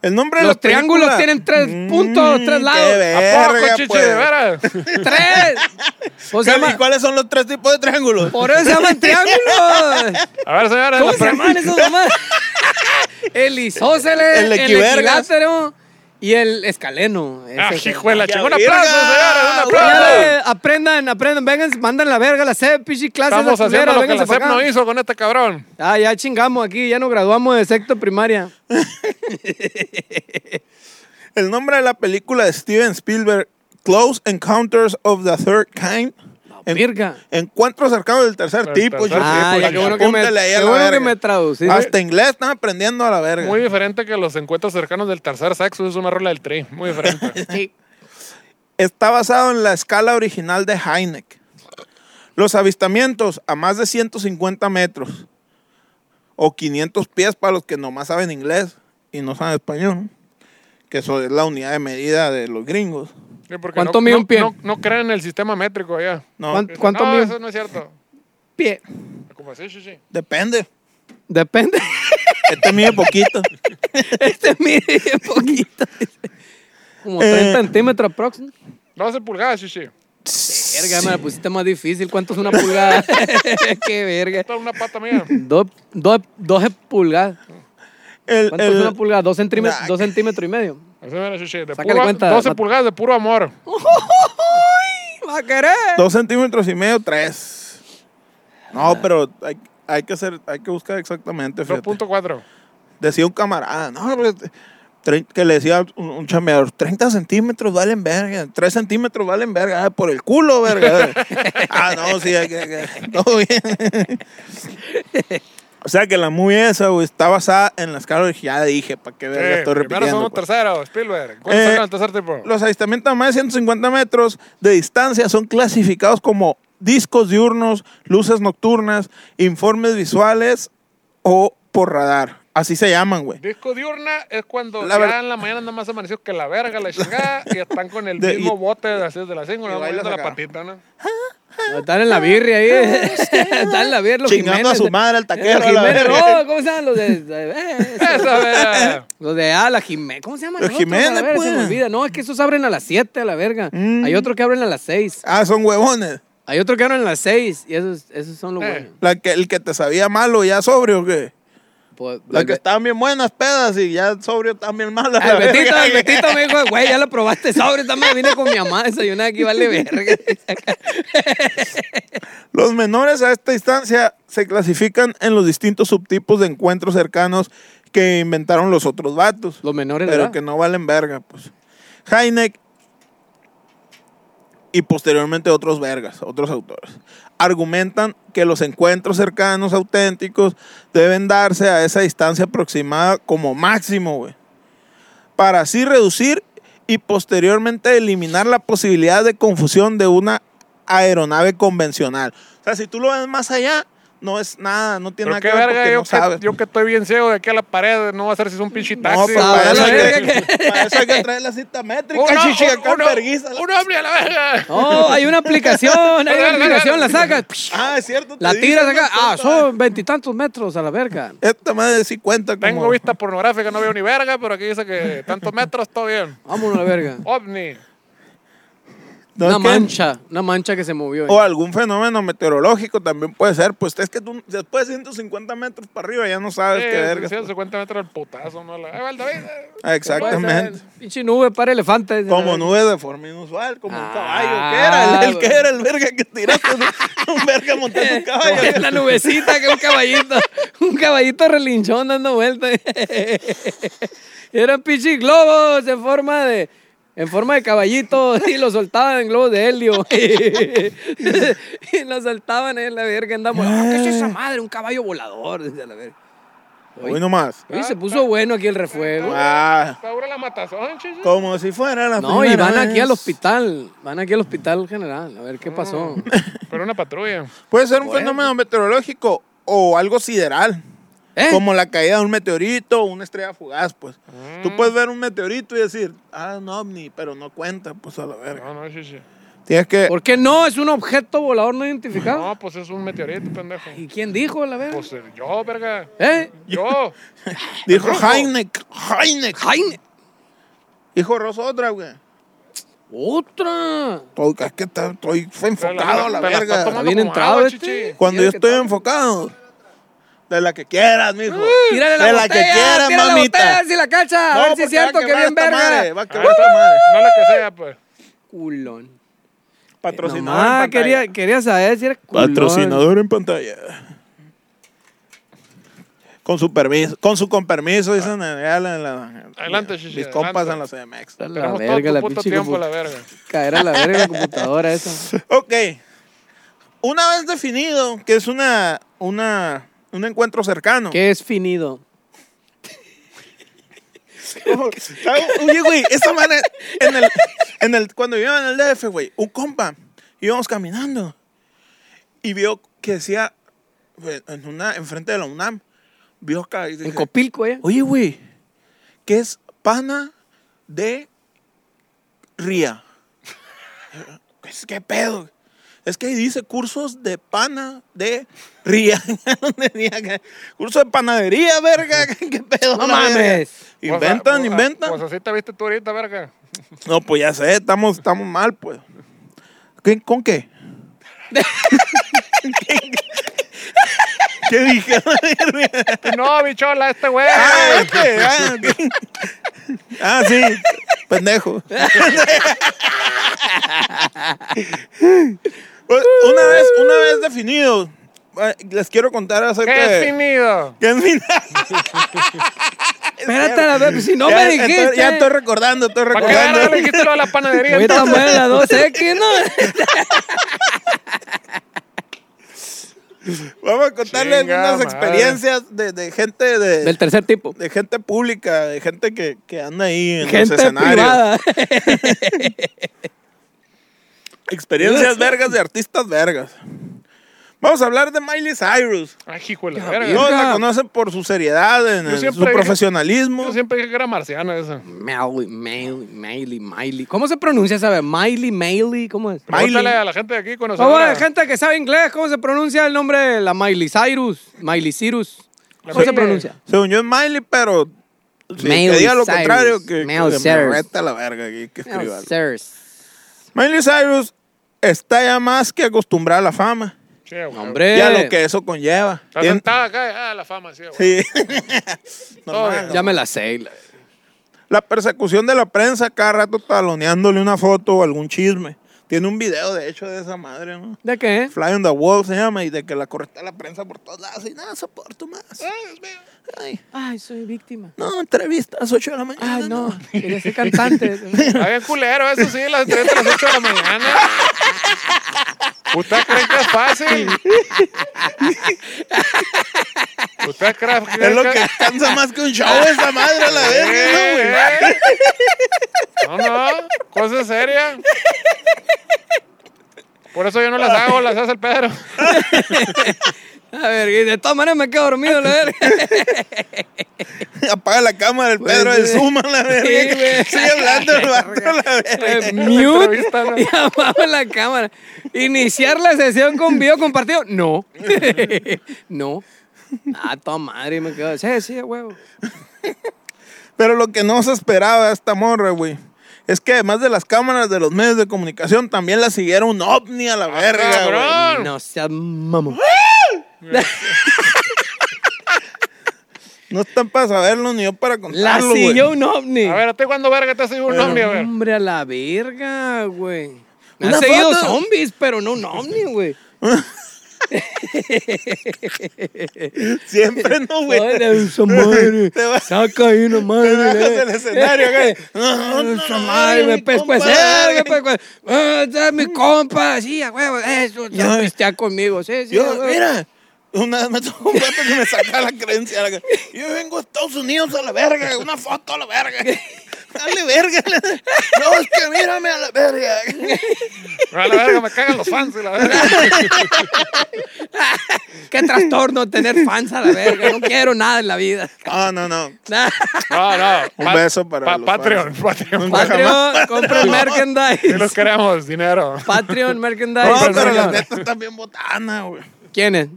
D: El nombre de
C: Los
D: la película- Mm,
C: triángulos tienen tres puntos, tres
D: qué
C: lados. ¿A
B: ¿A poco,
D: verga,
B: chichi,
D: pues.
B: de veras?
C: ¡Tres! O sea,
D: ¿Y cuáles son los tres tipos de triángulos?
C: por eso se llaman triángulos.
B: A ver, señores.
C: ¿Cómo
B: la
C: se
B: pre-
C: llaman esos nomás? El isósceles,
D: El
C: el,
D: equivergas.
C: equilátero y el escaleno. Ese
B: Ah,
C: es el-
B: hijo de la
D: Ya,
B: chingada. Un
D: verga.
B: aplauso, señores. Un aplauso.
C: Señores, aprendan, aprendan, vengan, mandan la verga a la CEP, pichi clases.
B: Estamos
C: las
B: haciendo
C: culeras,
B: lo que la
C: vénganse
B: CEP
C: pa' acá.
B: no hizo con este cabrón.
C: Ah, ya chingamos aquí, ya nos graduamos de sexto primaria.
D: El nombre de la película de Steven Spielberg, Close Encounters of the Third Kind. En-
C: virga.
D: Encuentros cercanos del tercer
B: Del
D: tipo.
B: tercer
D: yo
B: Ah,
D: sé,
B: ya,
D: pues,
B: qué bueno que
C: me-
D: apúntale ahí
C: qué
D: a la
C: bueno que
D: verga.
C: me traducí.
D: Hasta inglés están aprendiendo a la verga.
B: Muy diferente que los encuentros cercanos del tercer sexo. Es una rola del tri. Muy diferente.
D: Está basado en la escala original de Heineck. Los avistamientos a más de 150 metros o 500 pies para los que nomás saben inglés y no saben español, que eso es la unidad de medida de los gringos.
B: Sí, porque
C: ¿Cuánto
B: no-
C: mide
B: no-
C: un pie?
B: No, no creen en el sistema métrico allá.
D: No,
C: ¿Cuánto?
B: Dicen,
C: ¿Cuánto
B: no,
C: mide?
B: eso no es cierto.
C: Pie.
B: Como así, sí, sí.
D: depende.
C: Depende.
D: Este mide poquito.
C: Este mide poquito. Como
D: Eh.
C: 30 centímetros aproximadamente.
B: 12 pulgadas, sí, sí.
C: Verga, me la pusiste más difícil. ¿Cuánto es una pulgada? Qué verga.
B: Esta es una pata mía.
C: Dos, dos, dos pulgadas.
D: El,
C: ¿Cuánto es
D: el-
C: una pulgada? Dos centímetros,
D: Nah.
C: dos centímetros y medio.
B: Así mira, sí, sí. De
C: Sácale
B: puro-
C: cuenta,
B: 12
C: Pat-
B: pulgadas de puro amor.
C: Va a querer.
D: Dos centímetros y medio, tres. No, pero hay, hay que hacer, hay que buscar exactamente. fíjate.
B: 2.4.
D: Decía un camarada, no, pues, tre- que le decía un, un chameador, 30 centímetros valen verga, 3 centímetros valen verga, ah, por el culo, verga. ah, no, sí, hay que- que- todo bien. o sea que la movie esa, güey, está basada en las caras que ya dije, para que verga
B: Sí,
D: estoy
B: primero
D: repitiendo.
B: somos
D: pues.
B: tercero, Spielberg. ¿Cuánto
D: Eh,
B: sacan el tercer tipo?
D: Los avistamientos a más de 150 metros de distancia son clasificados como discos diurnos, luces nocturnas, informes visuales o por radar. Así se llaman, güey.
B: Disco diurna es cuando
D: La
B: ya
D: ver-
B: en la mañana nada más amaneció que la verga, la chingada, y están con el
D: De-
B: mismo
D: y-
B: bote de así de las 5,
D: y
B: nada más
D: bailas
B: viendo la
D: acá.
B: patita, ¿no?
C: Están en la birria ahí. Están en la birria los
D: Chingando
C: Jiménez. Eh,
D: a su madre al taquero.
C: Los
D: a la
C: Jiménez,
D: verga.
C: no, ¿cómo se llaman los de...? eh,
B: Esa verga.
C: Los de ah, la Jiménez. ¿Cómo se llaman?
D: Los
C: los otros? A la
D: Jiménez,
C: verga, Se me
D: pues.
C: olvida. No, es que esos abren a las 7 a la verga.
D: Mm.
C: Hay otros que abren a las 6.
D: Ah, son huevones.
C: Hay otros que abren a las 6. Y esos, esos son los
B: Eh.
C: buenos.
D: La que, el que te sabía malo ya sobrio, ¿qué?
C: Pues,
D: La
C: el
D: que
C: Be-
D: estaban bien buenas pedas y ya sobrio también mala.
C: Ah,
D: la
C: El Betito,
D: verga.
C: el Betito me dijo, güey, ya la probaste sobre, también vine con mi mamá a desayunar aquí, vale verga.
D: Los menores a esta distancia se clasifican en los distintos subtipos de encuentros cercanos que inventaron los otros vatos.
C: Los menores de
D: Pero
C: edad.
D: que no valen verga, pues. Heineck y posteriormente otros vergas, otros autores, argumentan que los encuentros cercanos auténticos deben darse a esa distancia aproximada como máximo, güey. Para así reducir y posteriormente eliminar la posibilidad de confusión de una aeronave convencional. O sea, si tú lo ves más allá, no es nada, no tiene
B: Pero
D: nada
B: qué
D: que ver
B: verga,
D: porque
B: yo,
D: no sabes.
B: que, yo que estoy bien ciego de aquí a la pared, no va a ser si es un pinche
D: No,
B: taxi.
D: pues para,
C: a
D: eso
C: la
D: hay
C: verga
D: que, para eso hay que traer la cita métrica.
B: Una-
D: chichi,
B: un-
D: acá en
B: uno-
D: verguiza.
B: un hombre a la verga.
C: No, hay una aplicación, hay una aplicación, la sacas. psh,
D: Ah, es cierto. te
C: La
D: dije,
C: tiras
D: no
C: acá. Ah,
D: importa.
C: son veintitantos metros a la verga.
D: Esta madre sí cuenta como...
B: Tengo vista pornográfica, no veo ni verga, pero aquí dice que tantos metros, todo bien.
C: Vámonos a la verga.
B: OVNI.
D: No,
C: una
D: es que- Oh,
C: mancha, una mancha que se movió.
D: O algún fenómeno meteorológico también puede ser. Pues es que tú después de 150 metros para arriba ya no sabes qué verga.
B: Sí, 150 metros al putazo, ¿no? La- Ahí va el David. eh.
D: Ah, Exactamente.
C: Pinche nube para elefantes.
D: Como nube de forma inusual, como un
C: Ah,
D: caballo. ¿Qué era? El, el que era el verga que tiraste. ¿no? un verga montando un caballo.
C: La nubecita que un caballito, un caballito relinchón dando vueltas. Eran pinches globos en forma de, en forma de caballito y los soltaban en globos de helio. y los soltaban en la verga, andamos. "Ah, ¿Qué es esa madre? Un caballo volador. decía la verga.
D: Hoy nomás.
C: Oye, se puso bueno aquí el refuego.
D: Ah,
B: Está dura la matazón, chichi.
D: como si fuera la
C: No, y
D: primera
C: van aquí
D: vez.
C: al hospital, van aquí al hospital general, a ver qué pasó.
B: Pero una patrulla.
D: Puede ser un fenómeno meteorológico o algo sideral.
C: ¿Eh?
D: Como la caída de un meteorito o una estrella fugaz, pues.
C: Mm.
D: Tú puedes ver un meteorito y decir, ah, un ovni, pero no cuenta, pues a la verga.
B: No, no, chichi.
D: Tienes que.
C: ¿Por qué no? Es un objeto volador no identificado.
B: No, pues es un meteorito, pendejo.
C: ¿Y quién dijo la verga?
B: Pues eh, yo, verga.
C: ¿Eh?
B: Yo.
D: Dijo Heineck, Heineck.
C: Jaime.
D: Dijo Rosa otra, güey.
C: Otra.
D: Estoy- Es que está- estoy enfocado a la
B: Te la está
D: verga.
B: tomando
C: Bien
B: como
C: entrado
B: agua,
C: este.
B: chichi.
D: Cuando yo
C: Mira que
D: estoy
C: tal.
D: enfocado. De la que quieras, mijo.
C: Mm, Tírale la botella,
D: de la que quieras,
C: tírale la
D: mamita.
C: botella si la cacha. a ver si
D: porque
C: es cierto
D: va a
C: que
D: quemar
C: bien
D: esta
C: verga. Uh.
D: madre, Va a quemar
B: Ah,
D: esta madre.
B: No la que sea, pues.
C: Culón.
D: Patrocinador.
C: Nomás
D: en pantalla.
C: ah, quería, quería saber si era culón.
D: Patrocinador en pantalla. Con su permiso, con su con permiso, dicen allá en la- en la-
B: Ah. Adelante, Shishi,
D: Mis compas
B: adelante.
D: en la CMX.
C: A La
B: Tenemos
C: verga,
B: todo
C: la
B: tu puto
C: pinche
B: tiempo,
C: compu-
B: la verga.
C: Caer a la verga la computadora esa.
D: Ok. Una vez definido que es una, una, un encuentro cercano.
C: ¿Qué es finido?
D: ¿Sabes? Oye, güey, esta madre, en el, en el, cuando yo iba en el DF, güey, un compa, íbamos caminando y vio que decía, güey, en una, enfrente de la UNAM, vio acá y
C: En
D: dije,
C: Copilco, ¿eh?
D: Oye, güey, ¿qué es pana de ría? Es que pedo. Es que ahí dice cursos de pana de ría. ¿Dónde diga que- Curso de panadería, verga. ¿Qué pedo?
C: No
D: la verga?
C: mames.
B: Pues, ah,
D: Inventan,
B: pues, ah,
D: inventan.
B: Pues así te viste tú ahorita, verga.
D: No, pues ya sé, estamos, estamos mal, pues. ¿Qué- ¿Con qué? ¿Qué dije?
B: No, bichola, este güey.
D: Ah, este, ah, ok. Ah, sí, pendejo. Pues, una vez, una vez definido, eh, les quiero contar acerca
B: ¿Qué es
D: de.
B: finido?
D: ¿Qué es fin-
C: Espérate, a ver, pues, si no
D: ya,
C: me dijiste.
D: estoy- ya estoy recordando, estoy
B: ¿Para qué verga le
D: recordando.
B: dijiste lo de la panadería?
C: Oye,
B: entonces?
C: tan buena la 2X, ¿no?
D: Vamos a contarles
B: Chinga
D: algunas
B: madre.
D: experiencias de, de gente de,
C: Del tercer tipo.
D: de gente pública, de gente que, que anda ahí en los
C: Gente
D: escenarios.
C: privada.
D: Experiencias vergas de artistas vergas. Vamos a hablar de Miley Cyrus.
B: Ay, hijo de la
C: Ya
B: verga.
C: vi.
D: Todos
C: Verga.
D: la conocen por su seriedad, en,
B: Yo
D: en su
B: siempre dije-
D: profesionalismo.
B: Yo siempre dije que era marciana esa.
C: Miley, Miley, Miley, Miley. ¿Cómo se pronuncia esa? vez? Miley, Miley, ¿cómo es?
D: Miley.
B: Pregúntale a la gente de aquí
C: Vamos a
B: conocedora.
C: ver, gente que sabe inglés, ¿cómo se pronuncia el nombre de la Miley Cyrus? Miley Cyrus.
B: La
C: ¿Cómo se
B: Miley.
C: pronuncia?
D: Según yo es Miley, pero si
C: Miley
D: que diga lo
C: Cyrus.
D: contrario, que, que
C: Miley
D: me
C: Cyrus.
D: reta la verga que, que escriba algo.
C: Cyrus.
D: Miley Cyrus está ya más que acostumbrada a la fama
B: Sí, güey.
C: Hombre.
D: y a lo que eso conlleva.
B: Está
D: Tien-
B: sentada acá, ah, la fama, sí, güey.
D: Sí.
B: Todo
D: Normal.
B: bien.
C: Ya me la sé. la-
D: La persecución de la prensa cada rato taloneándole una foto o algún chisme. Tiene un video, de hecho, de esa madre, ¿no?
C: ¿De qué?
D: Fly on the Wall se llama y de que la correta la prensa por todos lados y nada, soporto más.
B: Ay, Dios mío.
D: Ay,
C: Ay, soy víctima.
D: no, entrevista a las 8 de la mañana.
C: Ay, no. Quería ser cantante.
B: Está bien culero, eso sí, las entrevistas a las 8 de la mañana. ¿Ustedes creen que es fácil? ¿Ustedes creen que
D: Es lo que cansa más que un show esa madre a la verga, ¿no, güey?
B: Eh, eh. No, no, cosa seria. Por eso yo no las hago, las hace el Pedro.
C: A ver, y de todas maneras me quedo dormido, la verga.
D: Apaga la cámara, el Pedro de
C: Pues sí.
D: Zuma, la
C: Sí, güey.
D: verga. Sigue hablando el vato, la verga.
C: Eh,
B: La
C: Mute
B: entrevista, ¿no?
C: y abajo la cámara. Iniciar la sesión con video compartido. No. No. Ah, toda madre, me quedo. Sí, sí, a huevo.
D: Pero lo que no se esperaba de esta morra, güey. Es que además de las cámaras de los medios de comunicación, también la siguieron un ovni a la
C: Ah,
D: verga, güey.
B: Cabrón.
C: No seas mamón.
D: No están para saberlo ni yo para
C: La
D: contarlo, güey.
C: siguió un ovni.
B: A ver, ¿hasta cuándo verga te ha seguido un ovni? A ver.
C: Hombre, a la verga, güey. Me han
D: Una
C: seguido
D: foto.
C: zombies, pero no un ovni, güey.
D: Siempre no, güey.
C: Ay, de esa madre.
D: Te vas-
C: Saca ahí una madre.
D: Te bajas del escenario, güey.
C: No,
D: No,
C: esa
D: no,
C: madre,
D: no,
C: me
D: mi compa,
C: pescuecer, me
D: güey.
C: pescuecer. Ah, esa es mi compa, sí, a huevo, eso, ya
D: Yo-
C: pistea conmigo, sí, sí. a
D: Yo,
C: huevo.
D: mira, una vez me tocó un vato que me sacaba la creencia. la- Yo vengo a Estados Unidos a la verga, una foto a la verga. Dale verga. No, es que mírame a la verga.
B: A la verga, me cagan los fans, y la verga.
C: Qué trastorno tener fans a la verga, no quiero nada en la vida.
D: No, no, no.
C: Nada.
B: No, no.
D: Un
B: pa-
D: beso para los
B: Patreon,
D: fans.
B: Patreon.
D: Nunca
C: Patreon,
D: jamás.
C: compra
D: No.
B: Sí
C: merchandise.
B: los queremos, dinero.
C: Patreon, merchandise.
D: No, pero las
C: señor.
D: netas están bien botanas, güey.
C: ¿Quiénes?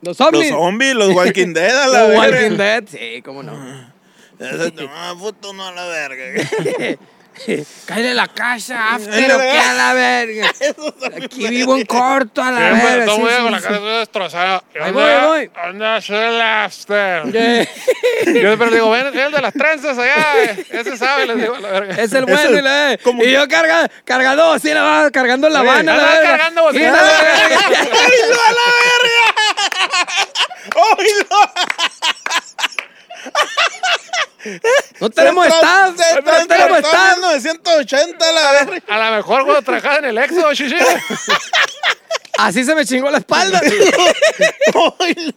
C: Los
D: Los
C: ovnis.
D: zombies, los Walking Dead a la
C: Los Walking
D: verga.
C: Dead, sí, cómo no.
D: Esa tomaba foto no a la verga.
C: Cállate a la casa, after,
D: Cállate.
C: ¿o qué a la verga.
D: Esos son
C: Aquí
D: mis
C: vivo en corto, a la
B: Siempre
C: verga.
B: todo
C: sí,
B: mundo
C: sí,
B: con la
C: sí.
B: cara toda destrozada.
C: Ahí
B: ¿Dónde-
C: voy, voy.
B: ¿Dónde es el after?
C: Eh,
B: Yo siempre le digo, ven, el de las trenzas allá. eh, Ese sabe, les digo, a la verga.
C: Es el bueno
D: Eso,
C: y la
D: como-
C: Y yo carga, cargando, sí, la va cargando la habana.
B: Andaba
C: la verga.
B: cargando
C: Sí,
B: bocina,
C: la
B: la verga.
C: verga.
D: ¡Oílo a la verga! ¡Oílo!
C: No tenemos staff,
D: Se
C: no tenemos
D: transportó en
C: staff.
D: 980 a la verga.
B: A lo mejor cuando trabajaba en el Exo, chichi.
C: Así se me chingó la espalda.
D: ¡Oílo!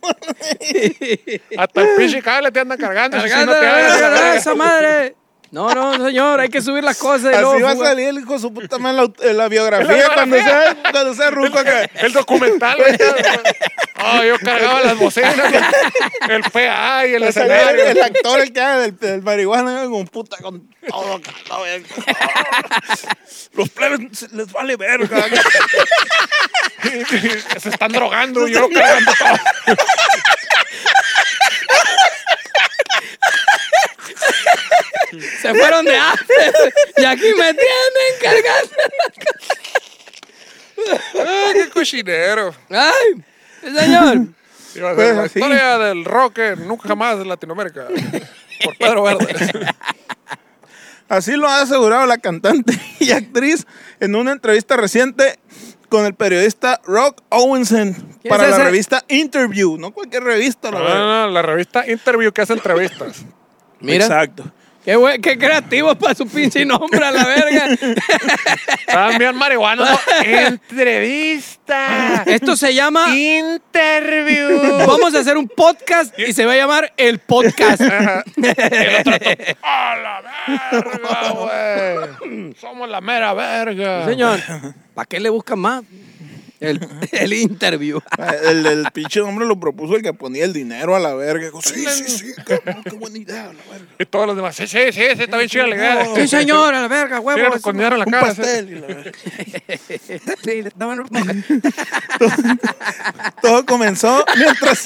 B: Hasta el pinche cable te andan cargando. chichi,
C: Cargando
B: no te
C: la
B: hagas,
C: verga,
B: la verga.
C: esa madre. No, no, señor, hay que subir las cosas. y
D: Así
C: luego
D: va a
C: jugar.
D: salir el hijo de su puta madre en la, aut- en la biografía,
B: En la
D: cuando
B: biografía.
D: sea, cuando sea ruco acá.
B: El documental, güey. Ah, yo cargaba las bocinas, el PA y el
D: Va a salir
B: escenario.
D: el actor el que haga del, del marihuana con puta con todo acá, la verga. Los plebes se- les vale verga.
B: Se están drogando y yo cargando todo.
C: Se fueron de after. Y aquí me tienen cargando.
B: Ay, qué cochinero.
C: Ay, señor.
B: Iba a
D: Pues
B: ser la
D: así.
B: historia del rock en nunca jamás en Latinoamérica. Por Pedro Verde.
D: Así lo ha asegurado la cantante y actriz en una entrevista reciente con el periodista Rock Owenson
C: ¿Quién
D: para
C: es
D: la
C: ese?
D: revista Interview, no cualquier revista, la
B: No,
D: verdad.
B: no, no, la revista Interview que hace entrevistas.
C: Mira,
D: Exacto.
C: qué, buen- qué creativo para su pinche nombre a la verga.
B: Estaban bien marihuanos. ¿no? Entrevista.
C: Esto se llama.
B: Interview.
C: Vamos a hacer un podcast y se va a llamar El Podcast.
B: ¡A la verga, güey! Somos la mera verga.
C: Señor, ¿para qué le buscan más? El, el interview.
D: Eh, El, el pinche hombre lo propuso el que ponía el dinero a la verga. Sí, sí, sí, cabrón, qué buena idea, la verga.
B: Y todos los demás. Sí, sí, sí, sí está bien chida la idea.
C: Sí, señor, a la verga, huevo.
B: Tíralo con dinero en la
D: Un
B: cara. sí.
D: pastel y la verga.
C: Sí, le daban un-
D: Todo comenzó mientras.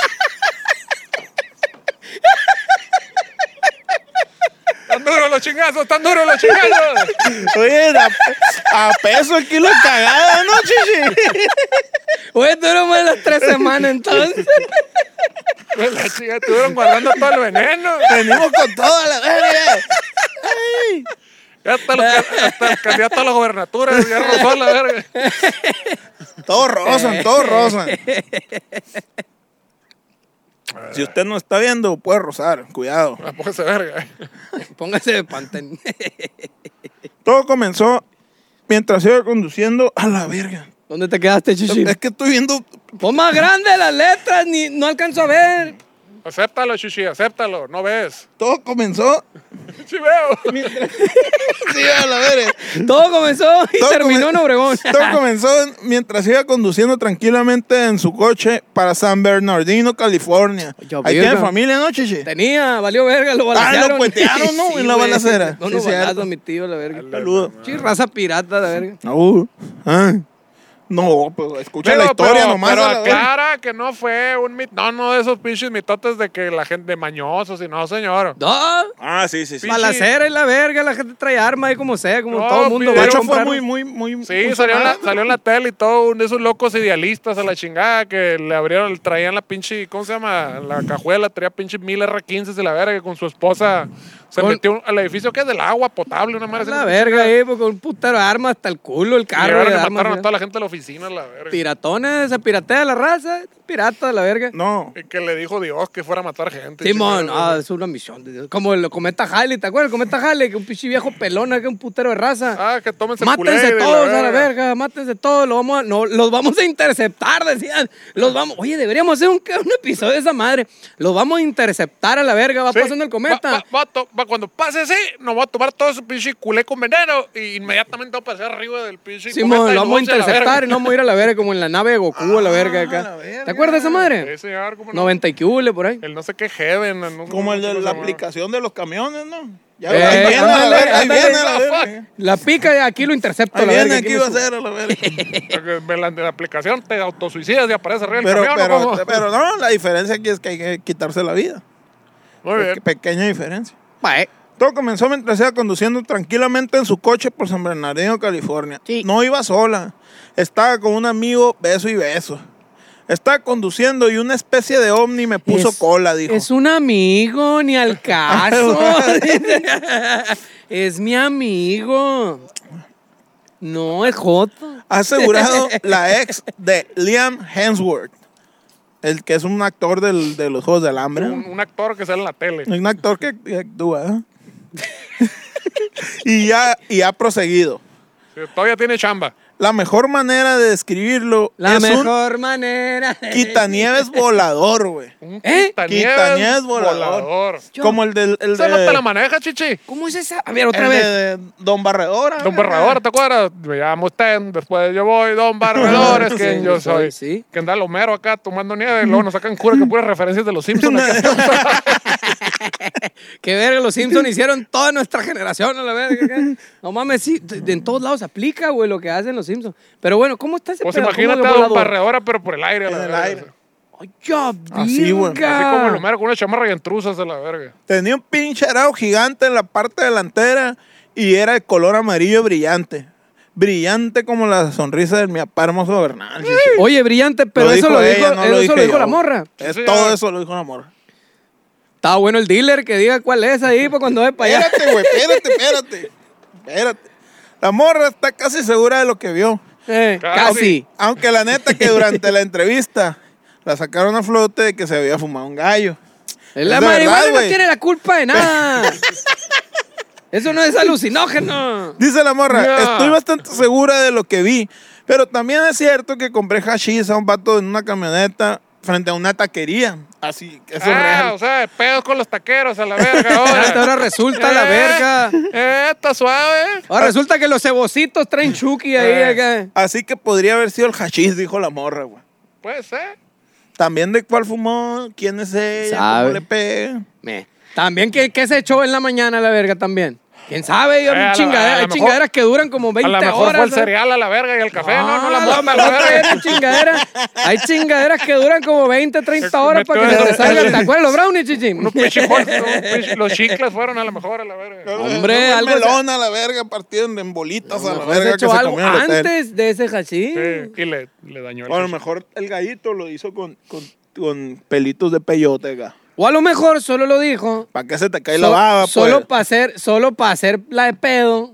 B: Tan duros los chingazos, tan duros los chingazos.
D: Oye, a, a peso el kilo de cagada, ¿no, chichi?
C: Güey, duró más de las tres semanas entonces.
B: Pues La chinga estuvieron guardando todo el veneno.
D: Venimos con todo a la verga.
B: Ya hasta, los ca- hasta el candidato a la gobernatura ya rozó la verga.
D: Todos rozan, todos rozan. Si usted no está viendo, puede rozar, cuidado.
B: Ah, Póngase verga.
C: Póngase de panten.
D: Todo comenzó mientras iba conduciendo a la verga.
C: ¿Dónde te quedaste, Chichi?
D: Es que estoy viendo.
C: Pon más grande las letras, ni, no alcanzo a ver.
B: Acéptalo, Chichi, acéptalo. No ves.
D: Todo comenzó.
B: Sí veo.
D: Sí, a la verga.
C: Todo comenzó y
D: Todo
C: terminó
D: comen-
C: en Obregón.
D: Todo comenzó en- mientras iba conduciendo tranquilamente en su coche para San Bernardino, California.
C: Yo,
D: Ahí
C: verga.
D: tiene familia, ¿no, chichi?
C: Tenía, valió verga, lo balacearon.
D: Ah, lo puentearon, ¿no? En la
C: güey.
D: balacera.
C: No,
D: Sí,
C: no,
D: cierto.
C: balazos, mi tío, la verga.
D: Saludo.
C: Sí, raza pirata, la verga.
D: Uh, ah. No, pues escucha la
B: Pero-
D: historia
B: pero,
D: nomás.
B: Pero
D: a la verga.
B: aclara que no fue un mit, no, no de esos pinches mitotes de que la gente de mañosos y no, señor.
C: No,
D: Ah, sí, sí, sí.
B: Pinche-
C: balacera y la verga, la gente trae armas y como sea, como
B: No,
C: todo el mundo.
B: pi-
D: De
C: va a
D: hecho, fue
C: comprar-
D: muy, muy, muy.
B: Sí,
D: muy
B: salió en, la,
D: sonado.
B: salió en la tele y todo, un de esos locos idealistas a la chingada que le abrieron, traían la pinche, ¿cómo se llama? La cajuela, traía pinche mil R15 de la verga que con su esposa se
C: Con-
B: metió al edificio que es del agua potable, una madre. así,
C: La
B: ¿no?
C: verga ahí, pues, con un putero de armas hasta el culo, el
B: Y
C: carro.
B: llegaron
C: de
B: y
C: armas,
B: mataron a
C: ya.
B: toda la gente de la oficina, la verga.
C: Piratones, se piratea la raza, pirata la verga.
D: No.
B: Y que le dijo Dios que fuera a matar gente.
C: Simón,
B: chingada,
C: ah, es una misión de Dios. Como el cometa Halley, ¿te acuerdas? El cometa Halley, que un pinche viejo pelón, que un putero de raza.
B: Ah, que tómense
C: mátense
B: culé de
C: todos a la verga, mátense todos, lo vamos a- no, los vamos a interceptar, decían. Los vamos, oye, deberíamos hacer un, un episodio de esa madre. Los vamos a interceptar a la verga, va
B: Sí.
C: pasando el cometa.
B: Va- va- va a to- va- cuando pase así, nos va a tomar todo ese pinche culé con veneno y inmediatamente va a pasar arriba del pinche cometa y
C: Simón, lo
B: nos
C: vamos a
B: vamos la
C: interceptar y
B: verga.
C: nos vamos a ir a la verga, como en la nave de Goku a la verga
D: a la
C: acá.
D: verga.
C: ¿Te acuerdas de esa madre?
B: Sí, señor, cómo no.
C: 90 y que hule por ahí.
B: El no sé qué heaven. no-
D: Como
B: no
D: el
B: sé
D: de
B: cómo se
D: la
B: llama.
D: aplicación de los camiones, ¿no? Ya,
C: Eh,
D: ahí viene, a la
C: ándale,
D: verga, ahí
C: ándale.
D: viene, a la
B: Fuck.
D: verga.
C: La pica de aquí lo intercepto.
D: Ahí
C: la
D: viene,
C: verga,
D: aquí
C: me
D: va a
C: subo.
D: ser, a la verga.
B: Porque De la, de la aplicación te autosuicidas y aparece arriba el
D: Pero,
B: camión. ¿o
D: pero,
B: cómo?
D: pero no, la diferencia aquí es que hay que quitarse la vida.
B: Muy bien.
D: Pequeña diferencia.
C: Pa, eh.
D: Todo comenzó mientras iba conduciendo tranquilamente en su coche por San Bernardino, California. No iba sola. Estaba con un amigo, beso y beso. Estaba conduciendo y una especie de ovni me puso
C: Es-
D: cola, dijo.
C: Es un amigo, ni al caso. es mi amigo. No, es Joto.
D: Ha asegurado la ex de Liam Hemsworth, el que es un actor del- de los Juegos del Hambre.
B: Un, un actor que sale en la tele.
D: Un actor que que actúa. ¿eh? y, ya, y ha proseguido.
B: Sí, Todavía tiene chamba.
D: La mejor manera de describirlo
C: La
D: es un
C: mejor manera. de-
D: quitanieves volador, güey.
B: Un
C: ¿Eh?
B: quitanieves
D: Quitanieves volador.
B: volador.
C: Yo-
D: Como el del. El
B: Esa
D: de,
B: no te la maneja, chichi.
C: ¿Cómo es esa? A ver, otra
D: el
C: vez.
D: de Don Barredora.
C: Ah.
B: Don Barrador, ¿te acuerdas? Me llamo usted, después yo voy, Don Barrador, es quien
C: Sí,
B: yo soy.
C: sí.
B: Que anda el Homero acá tomando nieve y luego nos sacan cura que puras referencias de los Simpsons. acá.
C: Qué verga, los Simpsons hicieron toda nuestra generación, a la verga. acá. No mames, sí, t- en todos lados aplica, güey, lo que hacen los Simpsons. Pero bueno, ¿cómo está ese
B: Pues
C: pedo? ¿Cómo
B: imagínate
C: que
B: a Don
C: volador?
B: Barradora, pero por el aire. a la
D: En el
B: verga.
D: aire.
C: Ay, ya,
D: Así, güey, así
B: Así
C: verga.
B: como el Homero con una chamarra y entruzas a la verga.
D: Tenía un pinche arao gigante en la parte delantera y era de color amarillo brillante. Brillante como la sonrisa de mi papá hermoso Bernal. sí, sí.
C: Oye, brillante, pero
D: Lo
C: eso,
D: dijo
C: lo,
D: ella,
C: dijo,
D: no
C: eso
D: lo
C: lo
D: dije
C: dijo
D: yo.
C: la morra.
D: Es
B: Sí,
D: todo
B: señor.
D: eso lo dijo la morra.
C: Está bueno el dealer que diga cuál es ahí pues, cuando vaya para allá.
D: Espérate, güey, espérate, espérate. Espérate. La morra está casi segura de lo que vio.
C: Eh,
B: Casi.
C: casi.
D: Aunque la neta que durante la entrevista la sacaron a flote de que se había fumado un gallo.
C: La
D: Es de
C: marihuana
D: verdad,
C: no
D: güey.
C: tiene la culpa de nada. Eso no es alucinógeno.
D: Dice la morra,
B: Ya.
D: estoy bastante segura de lo que vi, pero también es cierto que compré hashish a un vato en una camioneta frente a una taquería. Así, eso es
B: Ah,
D: real.
B: o sea, pedos con los taqueros a la verga ahora.
C: Hasta ahora resulta la
B: Eh,
C: verga.
B: Eh, está suave.
C: Ahora resulta que los cebocitos traen chuki ahí.
B: Eh.
C: acá.
D: Así que podría haber sido el hashish, dijo la morra, güey.
B: Puede ser.
D: También de cuál fumó, quién es ella,
C: Sabe.
D: cómo le pega.
C: Me. También que, que se echó en la mañana la verga también. ¿Quién sabe? Yo,
B: Eh, a la- a
C: chingadera-
B: la
C: hay
B: mejor-
C: chingaderas que duran como 20
B: A lo mejor
C: horas.
B: fue el
C: ¿sabes?
B: cereal a la verga y el café. No, no, la
C: Ah,
B: mota a
C: no,
B: la
C: era
B: verga.
C: chingadera. Hay chingaderas que duran como 20, 30 horas para que se te salgan. ¿Te acuerdas los brownies, chichi?
B: Unos pinche hot- un pinche- Los chicles fueron a lo mejor a la verga.
C: Hombre,
D: Un
C: algo se-
D: melón a la verga, partido en bolitas a la
C: Mejor se
D: verga que
C: echó
D: se
C: algo
D: comió en el hotel.
C: antes de ese hachí.
B: Sí, y le, le dañó el
D: O a lo
B: chichi.
D: mejor el gallito lo hizo con, con, con pelitos de peyote, acá.
C: O a lo mejor solo lo dijo.
D: ¿Para qué se te cae la
C: so-
D: baba, pues?
C: solo para hacer, solo para hacer la de pedo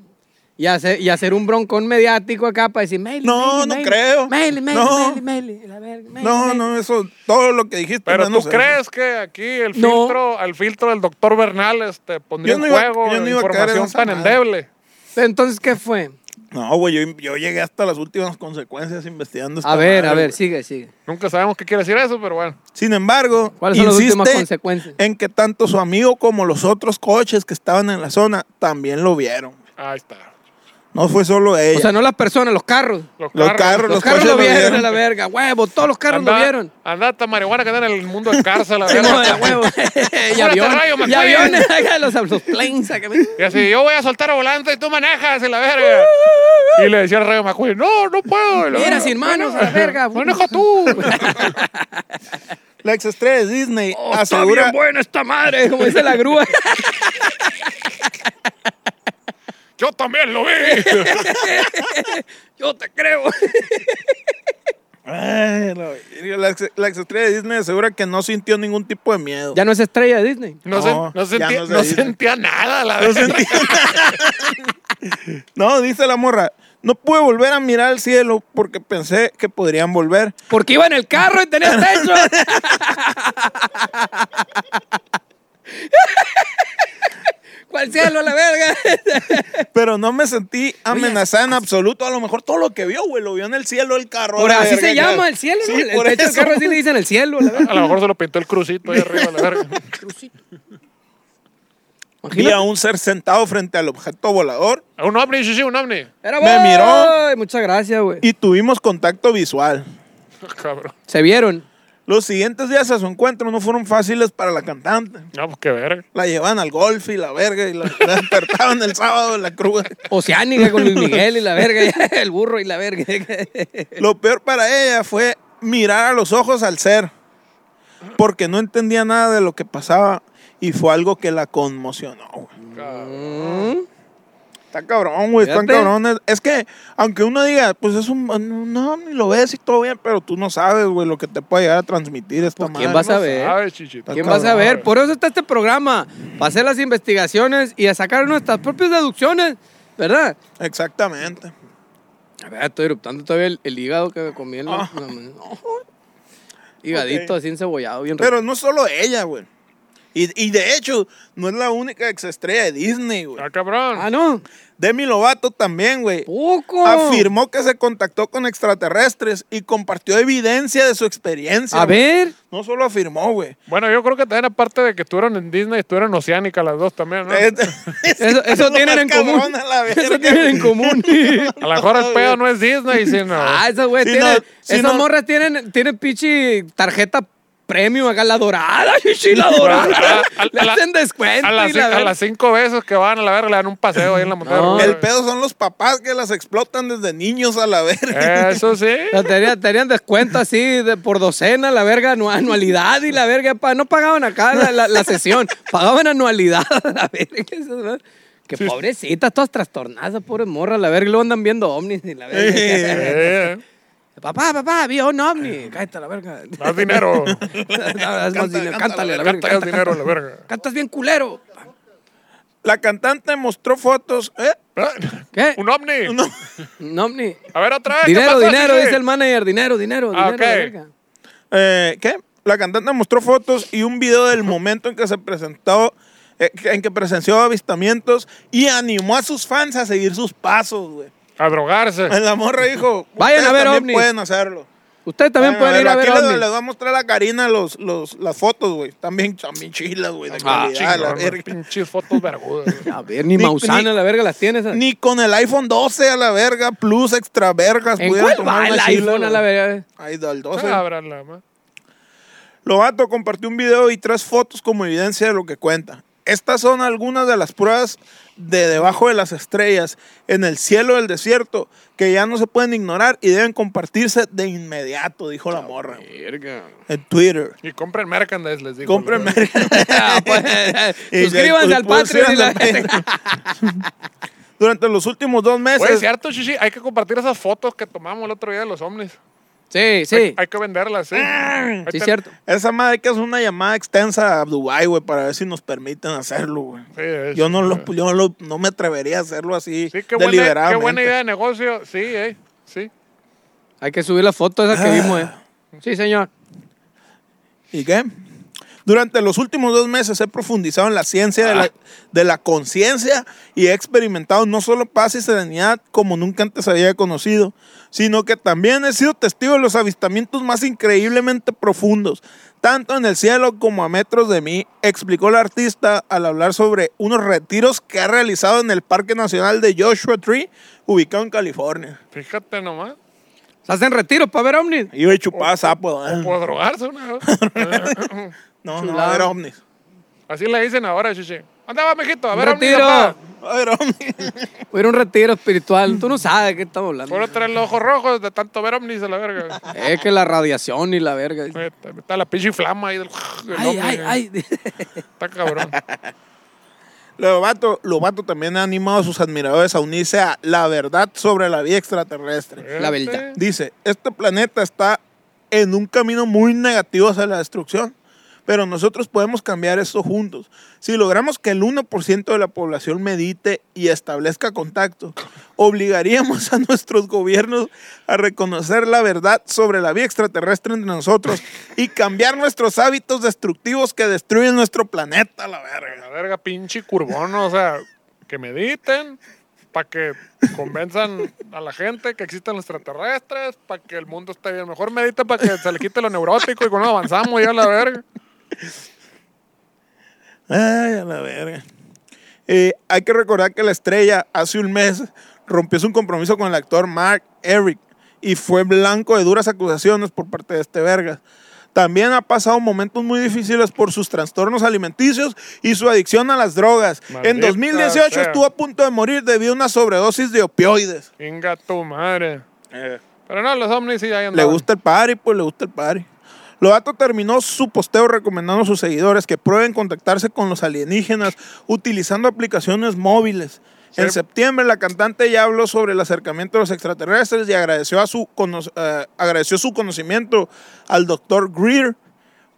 C: y hacer, y hacer un broncón mediático acá para decir, Meli,
D: No,
C: Meli,
D: no
C: Meli,
D: creo.
C: Meli, Meli,
D: No.
C: Meli, Meli, la verga, Meli,
D: No,
C: Meli".
D: no, eso, todo lo que dijiste.
B: Pero
D: menos
B: tú
D: eso.
B: crees que aquí el
C: No.
B: filtro, al filtro del doctor Bernal este, pondría
D: Yo no
B: en
D: iba-
B: juego
D: yo no iba a caer en
B: información
D: esa
B: tan
D: madre.
B: endeble.
C: Entonces, ¿qué fue?
D: No, güey, yo, yo llegué hasta las últimas consecuencias investigando esta
C: A ver, a
D: madre,
C: ver,
D: güey.
C: sigue, sigue.
B: Nunca sabemos qué quiere decir eso, pero bueno.
D: Sin embargo,
C: ¿Cuáles son las
D: insiste
C: últimas consecuencias?
D: en que tanto su amigo como los otros coches que estaban en la zona también lo vieron.
B: Ahí está.
D: No fue solo ella.
C: O sea, no las personas, los carros.
D: Los carros,
C: Los,
D: Los
C: carros
D: coches
C: lo
D: lo
C: vieron
D: vieron.
C: a la verga, huevo, todos los carros lo vieron.
B: Anda hasta marihuana que anda en el mundo de cárcel. la
C: Sí, no, de
B: verga.
C: huevo.
B: Apúrate,
C: y
B: Rayo
C: aviones, y
B: McQueen.
C: aviones, acá, los, los planes, acá, mira.
B: Y así, yo voy a soltar a volante y tú manejas y la verga. Y le decía al Rayo McQueen, no, no puedo. y la
C: Mira,
B: verga,
C: sin manos,
B: "Maneja,
C: a la verga".
B: Maneja tú.
D: la exestrella de Disney
C: Oh, está
D: asegura
C: bien buena esta madre, como dice la grúa.
B: Yo también lo vi.
C: Yo te creo.
D: Ay, la verga, la ex- la exestrella de Disney asegura que no sintió ningún tipo de miedo.
C: Ya no es estrella de Disney.
B: No,
D: No,
B: sen- no
D: ya
B: sentía,
D: no se
B: no
D: dice.
B: sentía nada, la verga.
D: No, dice la morra, no pude volver a mirar al cielo porque pensé que podrían volver.
C: Porque iba en el carro y tenía techo. ¿Cuál cielo, la verga?
D: Pero no me sentí amenazada en absoluto. A lo mejor todo lo que vio, güey, lo vio en el cielo el carro.
C: Por
D: la
C: así
D: verga,
C: se
D: ya.
C: llama el cielo,
D: Sí,
C: ¿no? El
D: por
C: techo del
D: eso.
C: carro así le dicen el cielo, la verga.
B: A lo mejor se lo pintó el crucito ahí arriba, la verga.
D: Vi a
C: Imagínate.
D: un ser sentado frente al objeto volador
B: Un ovni, sí, sí, un ovni.
C: Era
D: Me
C: voy.
D: miró.
C: Muchas gracias, güey.
D: y tuvimos contacto visual.
B: Cabrón.
C: Se vieron.
D: Los siguientes días a su encuentro no fueron fáciles para la cantante.
B: No, pues qué verga.
D: La llevaban al golf y la verga y la, la despertaban el sábado en la cruz.
C: Oceánica con Luis Miguel y la verga, el burro y la verga.
D: Lo peor para ella fue mirar a los ojos al ser, porque no entendía nada de lo que pasaba y fue algo que la conmocionó. güey. Está cabrón, güey, están
C: Fíjate.
D: cabrones. Es que, aunque uno diga, pues es un. No, ni lo ves y todo bien, pero tú no sabes, güey, lo que te puede llegar a transmitir esta
C: Pues,
D: madre.
C: ¿quién va a
D: ¿no?
C: saber?
B: Sabes, chichito.
C: ¿Quién
D: Está
C: va a
D: cabrón,
C: saber? Por eso está este programa, para hacer las investigaciones y a sacar nuestras propias deducciones, ¿verdad?
D: Exactamente.
C: A ver, estoy eruptando todavía el, el hígado que me comí en la,
D: Ah.
C: la mañana. Oh. Higadito
D: Ok.
C: así encebollado, bien rico.
D: Pero no solo ella, güey. Y, y de hecho, no es la única exestrella de Disney, güey.
B: Ah, cabrón.
C: Ah, no.
D: Demi Lovato también, güey.
C: Poco.
D: Afirmó que se contactó con extraterrestres y compartió evidencia de su experiencia.
C: A
D: güey.
C: ver.
D: No solo afirmó, güey.
B: Bueno, yo creo que también aparte de que estuvieron en Disney, estuvieron en Oceánica las dos también, ¿no?
D: Es-
C: Eso,
D: es
C: eso
D: lo
C: tienen
D: más
C: en común.
D: cabrón a la
C: Eso
D: verga.
C: tienen en común.
B: A lo mejor el pedo no es Disney, sino...
C: Ah, esas güey
D: Si
C: tienen.
D: no- si
C: esas
D: no-
C: morras tienen, tienen pinche tarjeta premium acá, la dorada, chichi, la dorada.
B: A- a-
C: Le
B: a la-
C: hacen descuento.
B: A las,
C: y la
B: cin- a
C: verga.
B: las cinco veces que van a la verga le dan un paseo ahí en la montaña.
C: No.
B: rusa.
D: El pedo son los papás que las explotan desde niños a la
C: Eh.
D: verga.
B: Eso sí.
C: O sea, tenían, tenían descuento así de por docena, la verga, anu- anualidad y la verga. pa- no pagaban acá la, la- la sesión, pagaban anualidad, la verga. esas madres. Que pobrecitas, todas trastornadas, esas pobres morras, la verga. Y luego andan viendo ovnis y la verga.
B: Eh,
C: papá, papá, vi un ovni. Cállate, la verga.
B: más dinero.
C: Haz más dinero, cántale, la verga.
B: Canta el
C: canta,
B: dinero,
C: canta.
B: la verga.
C: Cantas bien culero.
D: La cantante mostró fotos. ¿eh?
C: ¿Qué?
B: Ah, ¿Un ovni?
D: No.
C: Un ovni.
B: A ver, otra vez. ¿qué
C: Dinero,
B: pasó,
C: dinero,
B: Chichi?
C: dice el manager. Dinero, dinero,
B: Ah,
C: dinero, la
B: ok.
C: verga.
D: Eh, ¿Qué? La cantante mostró fotos y un video del momento en que se presentó, eh, en que presenció avistamientos y animó a sus fans a seguir sus pasos, güey.
B: A drogarse.
D: La morra dijo,
C: Vayan
D: "Ustedes
C: a ver
D: también
C: ovnis".
D: pueden hacerlo.
C: Ustedes también
D: Vayan
C: pueden ir a ver
D: Ah, Aquí les,
C: ovnis.
D: les voy a mostrar a Karina los, los, las fotos, güey. También, también chilas, güey, de
C: Ah,
D: calidad, la
B: Chingón,
D: verga.
B: Pinches fotos vergudas.
C: A ver, ni,
D: Ni-
C: Mausana,
D: ni-
C: la verga, las tienes. ¿eh?
D: Ni con el iPhone 12 a la verga, plus extra vergas,
C: ¿En
D: pudieron
C: cuál
D: tomar
C: va el
D: una chila,
C: iPhone a
D: güey.
C: la verga? Ah,
D: Ahí del 12.
B: Abra la ma-
D: Lobato compartió un video y tres fotos como evidencia de lo que cuenta. Estas son algunas de las pruebas de debajo de las estrellas, en el cielo del desierto, que ya no se pueden ignorar y deben compartirse de inmediato, dijo la morra güey, en Twitter.
B: Y compren merchandise, les digo.
D: Compren
B: la
C: Ah, pues,
D: Y- pues,
C: Suscríbanse
D: y-
C: al
D: y-
C: Patreon y la
D: Durante los últimos dos
B: Güey,
D: meses,
B: Pues, es cierto, Chichi, hay que compartir esas fotos que tomamos el otro día de los hombres.
C: Sí,
B: Hay,
C: sí.
B: hay que venderlas, sí. Ahí
C: Sí,
B: ten-
C: cierto.
D: Esa madre que es una llamada extensa a Dubái, güey, para ver si nos permiten hacerlo, güey.
B: Sí, es-
D: Yo no lo, yo no lo- no me atrevería a hacerlo así
B: Sí, qué buena, qué
D: deliberadamente.
B: buena idea de negocio. Sí, eh, sí.
C: Hay que subir la foto esa
D: Ah.
C: que vimos, eh. Sí, señor.
D: ¿Y qué? Durante los últimos dos meses he profundizado en la ciencia de
C: Ah.
D: la, de la conciencia y he experimentado no solo paz y serenidad como nunca antes había conocido, sino que también he sido testigo de los avistamientos más increíblemente profundos, tanto en el cielo como a metros de mí, explicó la artista al hablar sobre unos retiros que ha realizado en el Parque Nacional de Joshua Tree, ubicado en California.
B: Fíjate nomás.
C: Se hacen retiros para ver ovnis.
D: Y yo he chupado sapo. ¿eh?
B: Por drogarse una vez.
D: No, no,
C: chulada.
D: a ver ovnis.
B: Así le dicen ahora, chiche. Andaba, mijito, a
C: Un
B: ver, ovnis,
C: retiro.
B: papá.
D: A ver ovnis.
C: Voy a ir a un retiro espiritual. Tú no sabes de qué estamos hablando.
B: Por traer los ojos rojos de tanto ver ovnis a la verga.
C: Es que la radiación y la verga.
B: Está, está la pinche flama ahí del. del
C: Ay,
B: ovni,
C: ay,
B: güey.
C: ay.
B: Está cabrón.
D: Los vatos los vatos también han animado a sus admiradores a unirse a la verdad sobre la vida extraterrestre.
C: La verdad.
D: Dice, este planeta está en un camino muy negativo hacia la destrucción, pero nosotros podemos cambiar esto juntos. Si logramos que el 1% de la población medite y establezca contacto, obligaríamos a nuestros gobiernos a reconocer la verdad sobre la vida extraterrestre entre nosotros y cambiar nuestros hábitos destructivos que destruyen nuestro planeta, la verga.
B: La verga, pinche curbón, o sea, que mediten para que convenzan a la gente que existen los extraterrestres, para que el mundo esté bien. Mejor medita para que se le quite lo neurótico y cuando avanzamos ya la verga.
D: Ay, a la verga. Eh, hay que recordar que la estrella hace un mes rompió su compromiso con el actor Mark Eric y fue blanco de duras acusaciones por parte de este verga. También ha pasado momentos muy difíciles por sus trastornos alimenticios y su adicción a las drogas. en
B: Maldita
D: 2018
B: sea.
D: estuvo a punto de morir debido a una sobredosis de opioides.
B: Venga tu madre. Pero no, los ovnis sí ahí
D: Le
B: andaban.
D: gusta el party, pues le gusta el party. Loato terminó su posteo recomendando a sus seguidores que prueben contactarse con los alienígenas utilizando aplicaciones móviles. En
B: Sí.
D: septiembre la cantante ya habló sobre el acercamiento de los extraterrestres y agradeció, a su, cono- eh, agradeció su conocimiento al doctor Greer,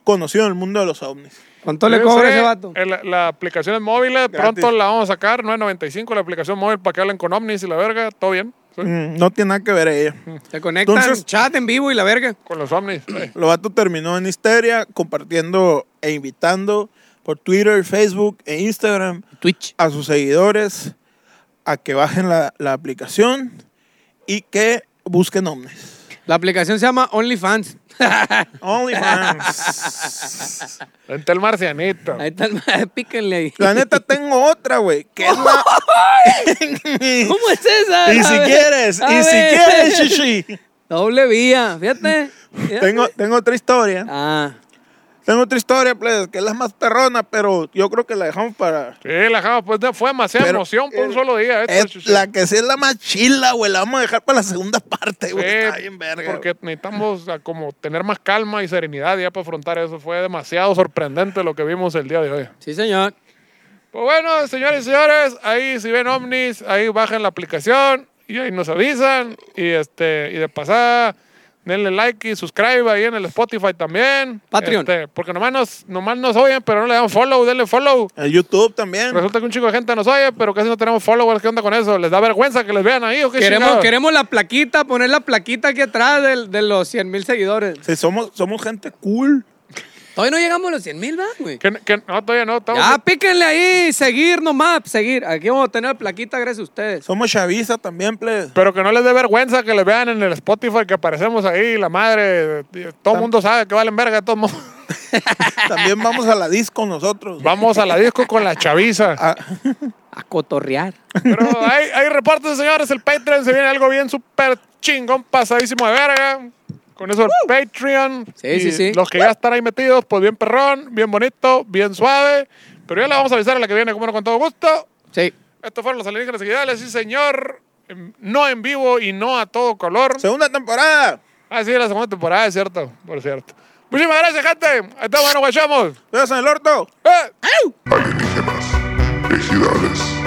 D: conocido en el mundo de los ovnis.
C: ¿Cuánto le
B: Yo
C: cobra
B: sé,
C: ese vato?
B: el- Las aplicaciones móviles,
D: Gratis.
B: eh, pronto la vamos a sacar, 9.95 la aplicación móvil para que hablen con ovnis y la verga, todo bien. Sí,
D: Mm, No tiene nada que ver ella.
C: Se conectan
D: Entonces-
C: chat en vivo y la verga.
B: Con los ovnis. sí.
D: Lobato terminó en histeria compartiendo e invitando por Twitter, Facebook e Instagram
C: Twitch.
D: a sus seguidores a que bajen la, la aplicación y que busquen ovnis.
C: La aplicación se llama OnlyFans.
D: OnlyFans.
B: Vente el marcianito.
C: Ahí está, el- píquenle ahí.
D: la neta, tengo otra, güey. que es la-
C: ¿Cómo es esa?
D: y
C: A
D: si
C: ver,
D: quieres,
C: a
D: y si
C: ver.
D: quieres, chichi.
C: Doble vía, fíjate. fíjate.
D: Tengo, tengo otra historia.
C: Ah,
D: Tengo otra historia, plebes, que es la más perrona, pero yo creo que la dejamos para...
B: Sí, la java, pues no, fue demasiada
D: Pero,
B: emoción por un
D: eh,
B: solo día. esto,
D: Es
B: chuchu.
D: la que sí es la más chila, güey. La vamos a dejar para la segunda parte, güey.
B: Sí,
D: Está bien verga.
B: Porque necesitamos a, como tener más calma y serenidad ya para afrontar eso. Fue demasiado sorprendente lo que vimos el día de hoy.
C: sí, señor.
B: Pues bueno, señores y señores, ahí si ven ovnis, ahí bajan la aplicación y ahí nos avisan. Y este, y de pasada, denle like y subscribe ahí en el Spotify también.
C: Patreon.
B: Este, porque nomás nos, nomás nos oyen, pero no le dan follow, denle follow.
D: En YouTube también.
B: Resulta que un chico de gente nos oye, pero casi no tenemos followers. ¿Qué onda con eso? ¿Les da vergüenza que les vean ahí o qué
C: Queremos,
B: chingados?
C: queremos la plaquita, poner la plaquita aquí atrás del- de, los 100 mil seguidores.
D: Sí, somos, somos gente cool.
C: Todavía no llegamos a los 100 mil, güey?
B: Que- que- no, todavía no. estamos-
C: Ya, píquenle ahí, seguir nomás, seguir. Aquí vamos a tener la plaquita gracias a ustedes.
D: Somos chaviza también, plebes.
B: Pero que no les dé vergüenza que les vean en el Spotify que aparecemos ahí, la madre. Todo el mundo sabe que valen verga, todo mundo.
D: También vamos a la disco nosotros.
B: Vamos a la disco con la chaviza.
D: Ah,
C: A cotorrear.
B: Pero hay, hay reportes, señores. El Patreon se viene algo bien súper chingón, pasadísimo de verga. Con eso el Patreon.
C: Sí,
B: Y
C: sí, sí.
B: Los que ya están ahí metidos, pues bien perrón, bien bonito, bien suave. Pero ya le vamos a avisar a la que viene, como no, con todo gusto.
C: Sí.
B: Estos fueron los alienígenas seguidales, sí, señor. Em, No en vivo y no a todo color.
D: segunda temporada.
B: Ah, sí, la segunda temporada, es cierto, por cierto. Muchísimas gracias, gente. Ahí estamos, nos guachamos.
D: Besos en el orto.
B: ¡Eh!
A: alienígenas, ejidales.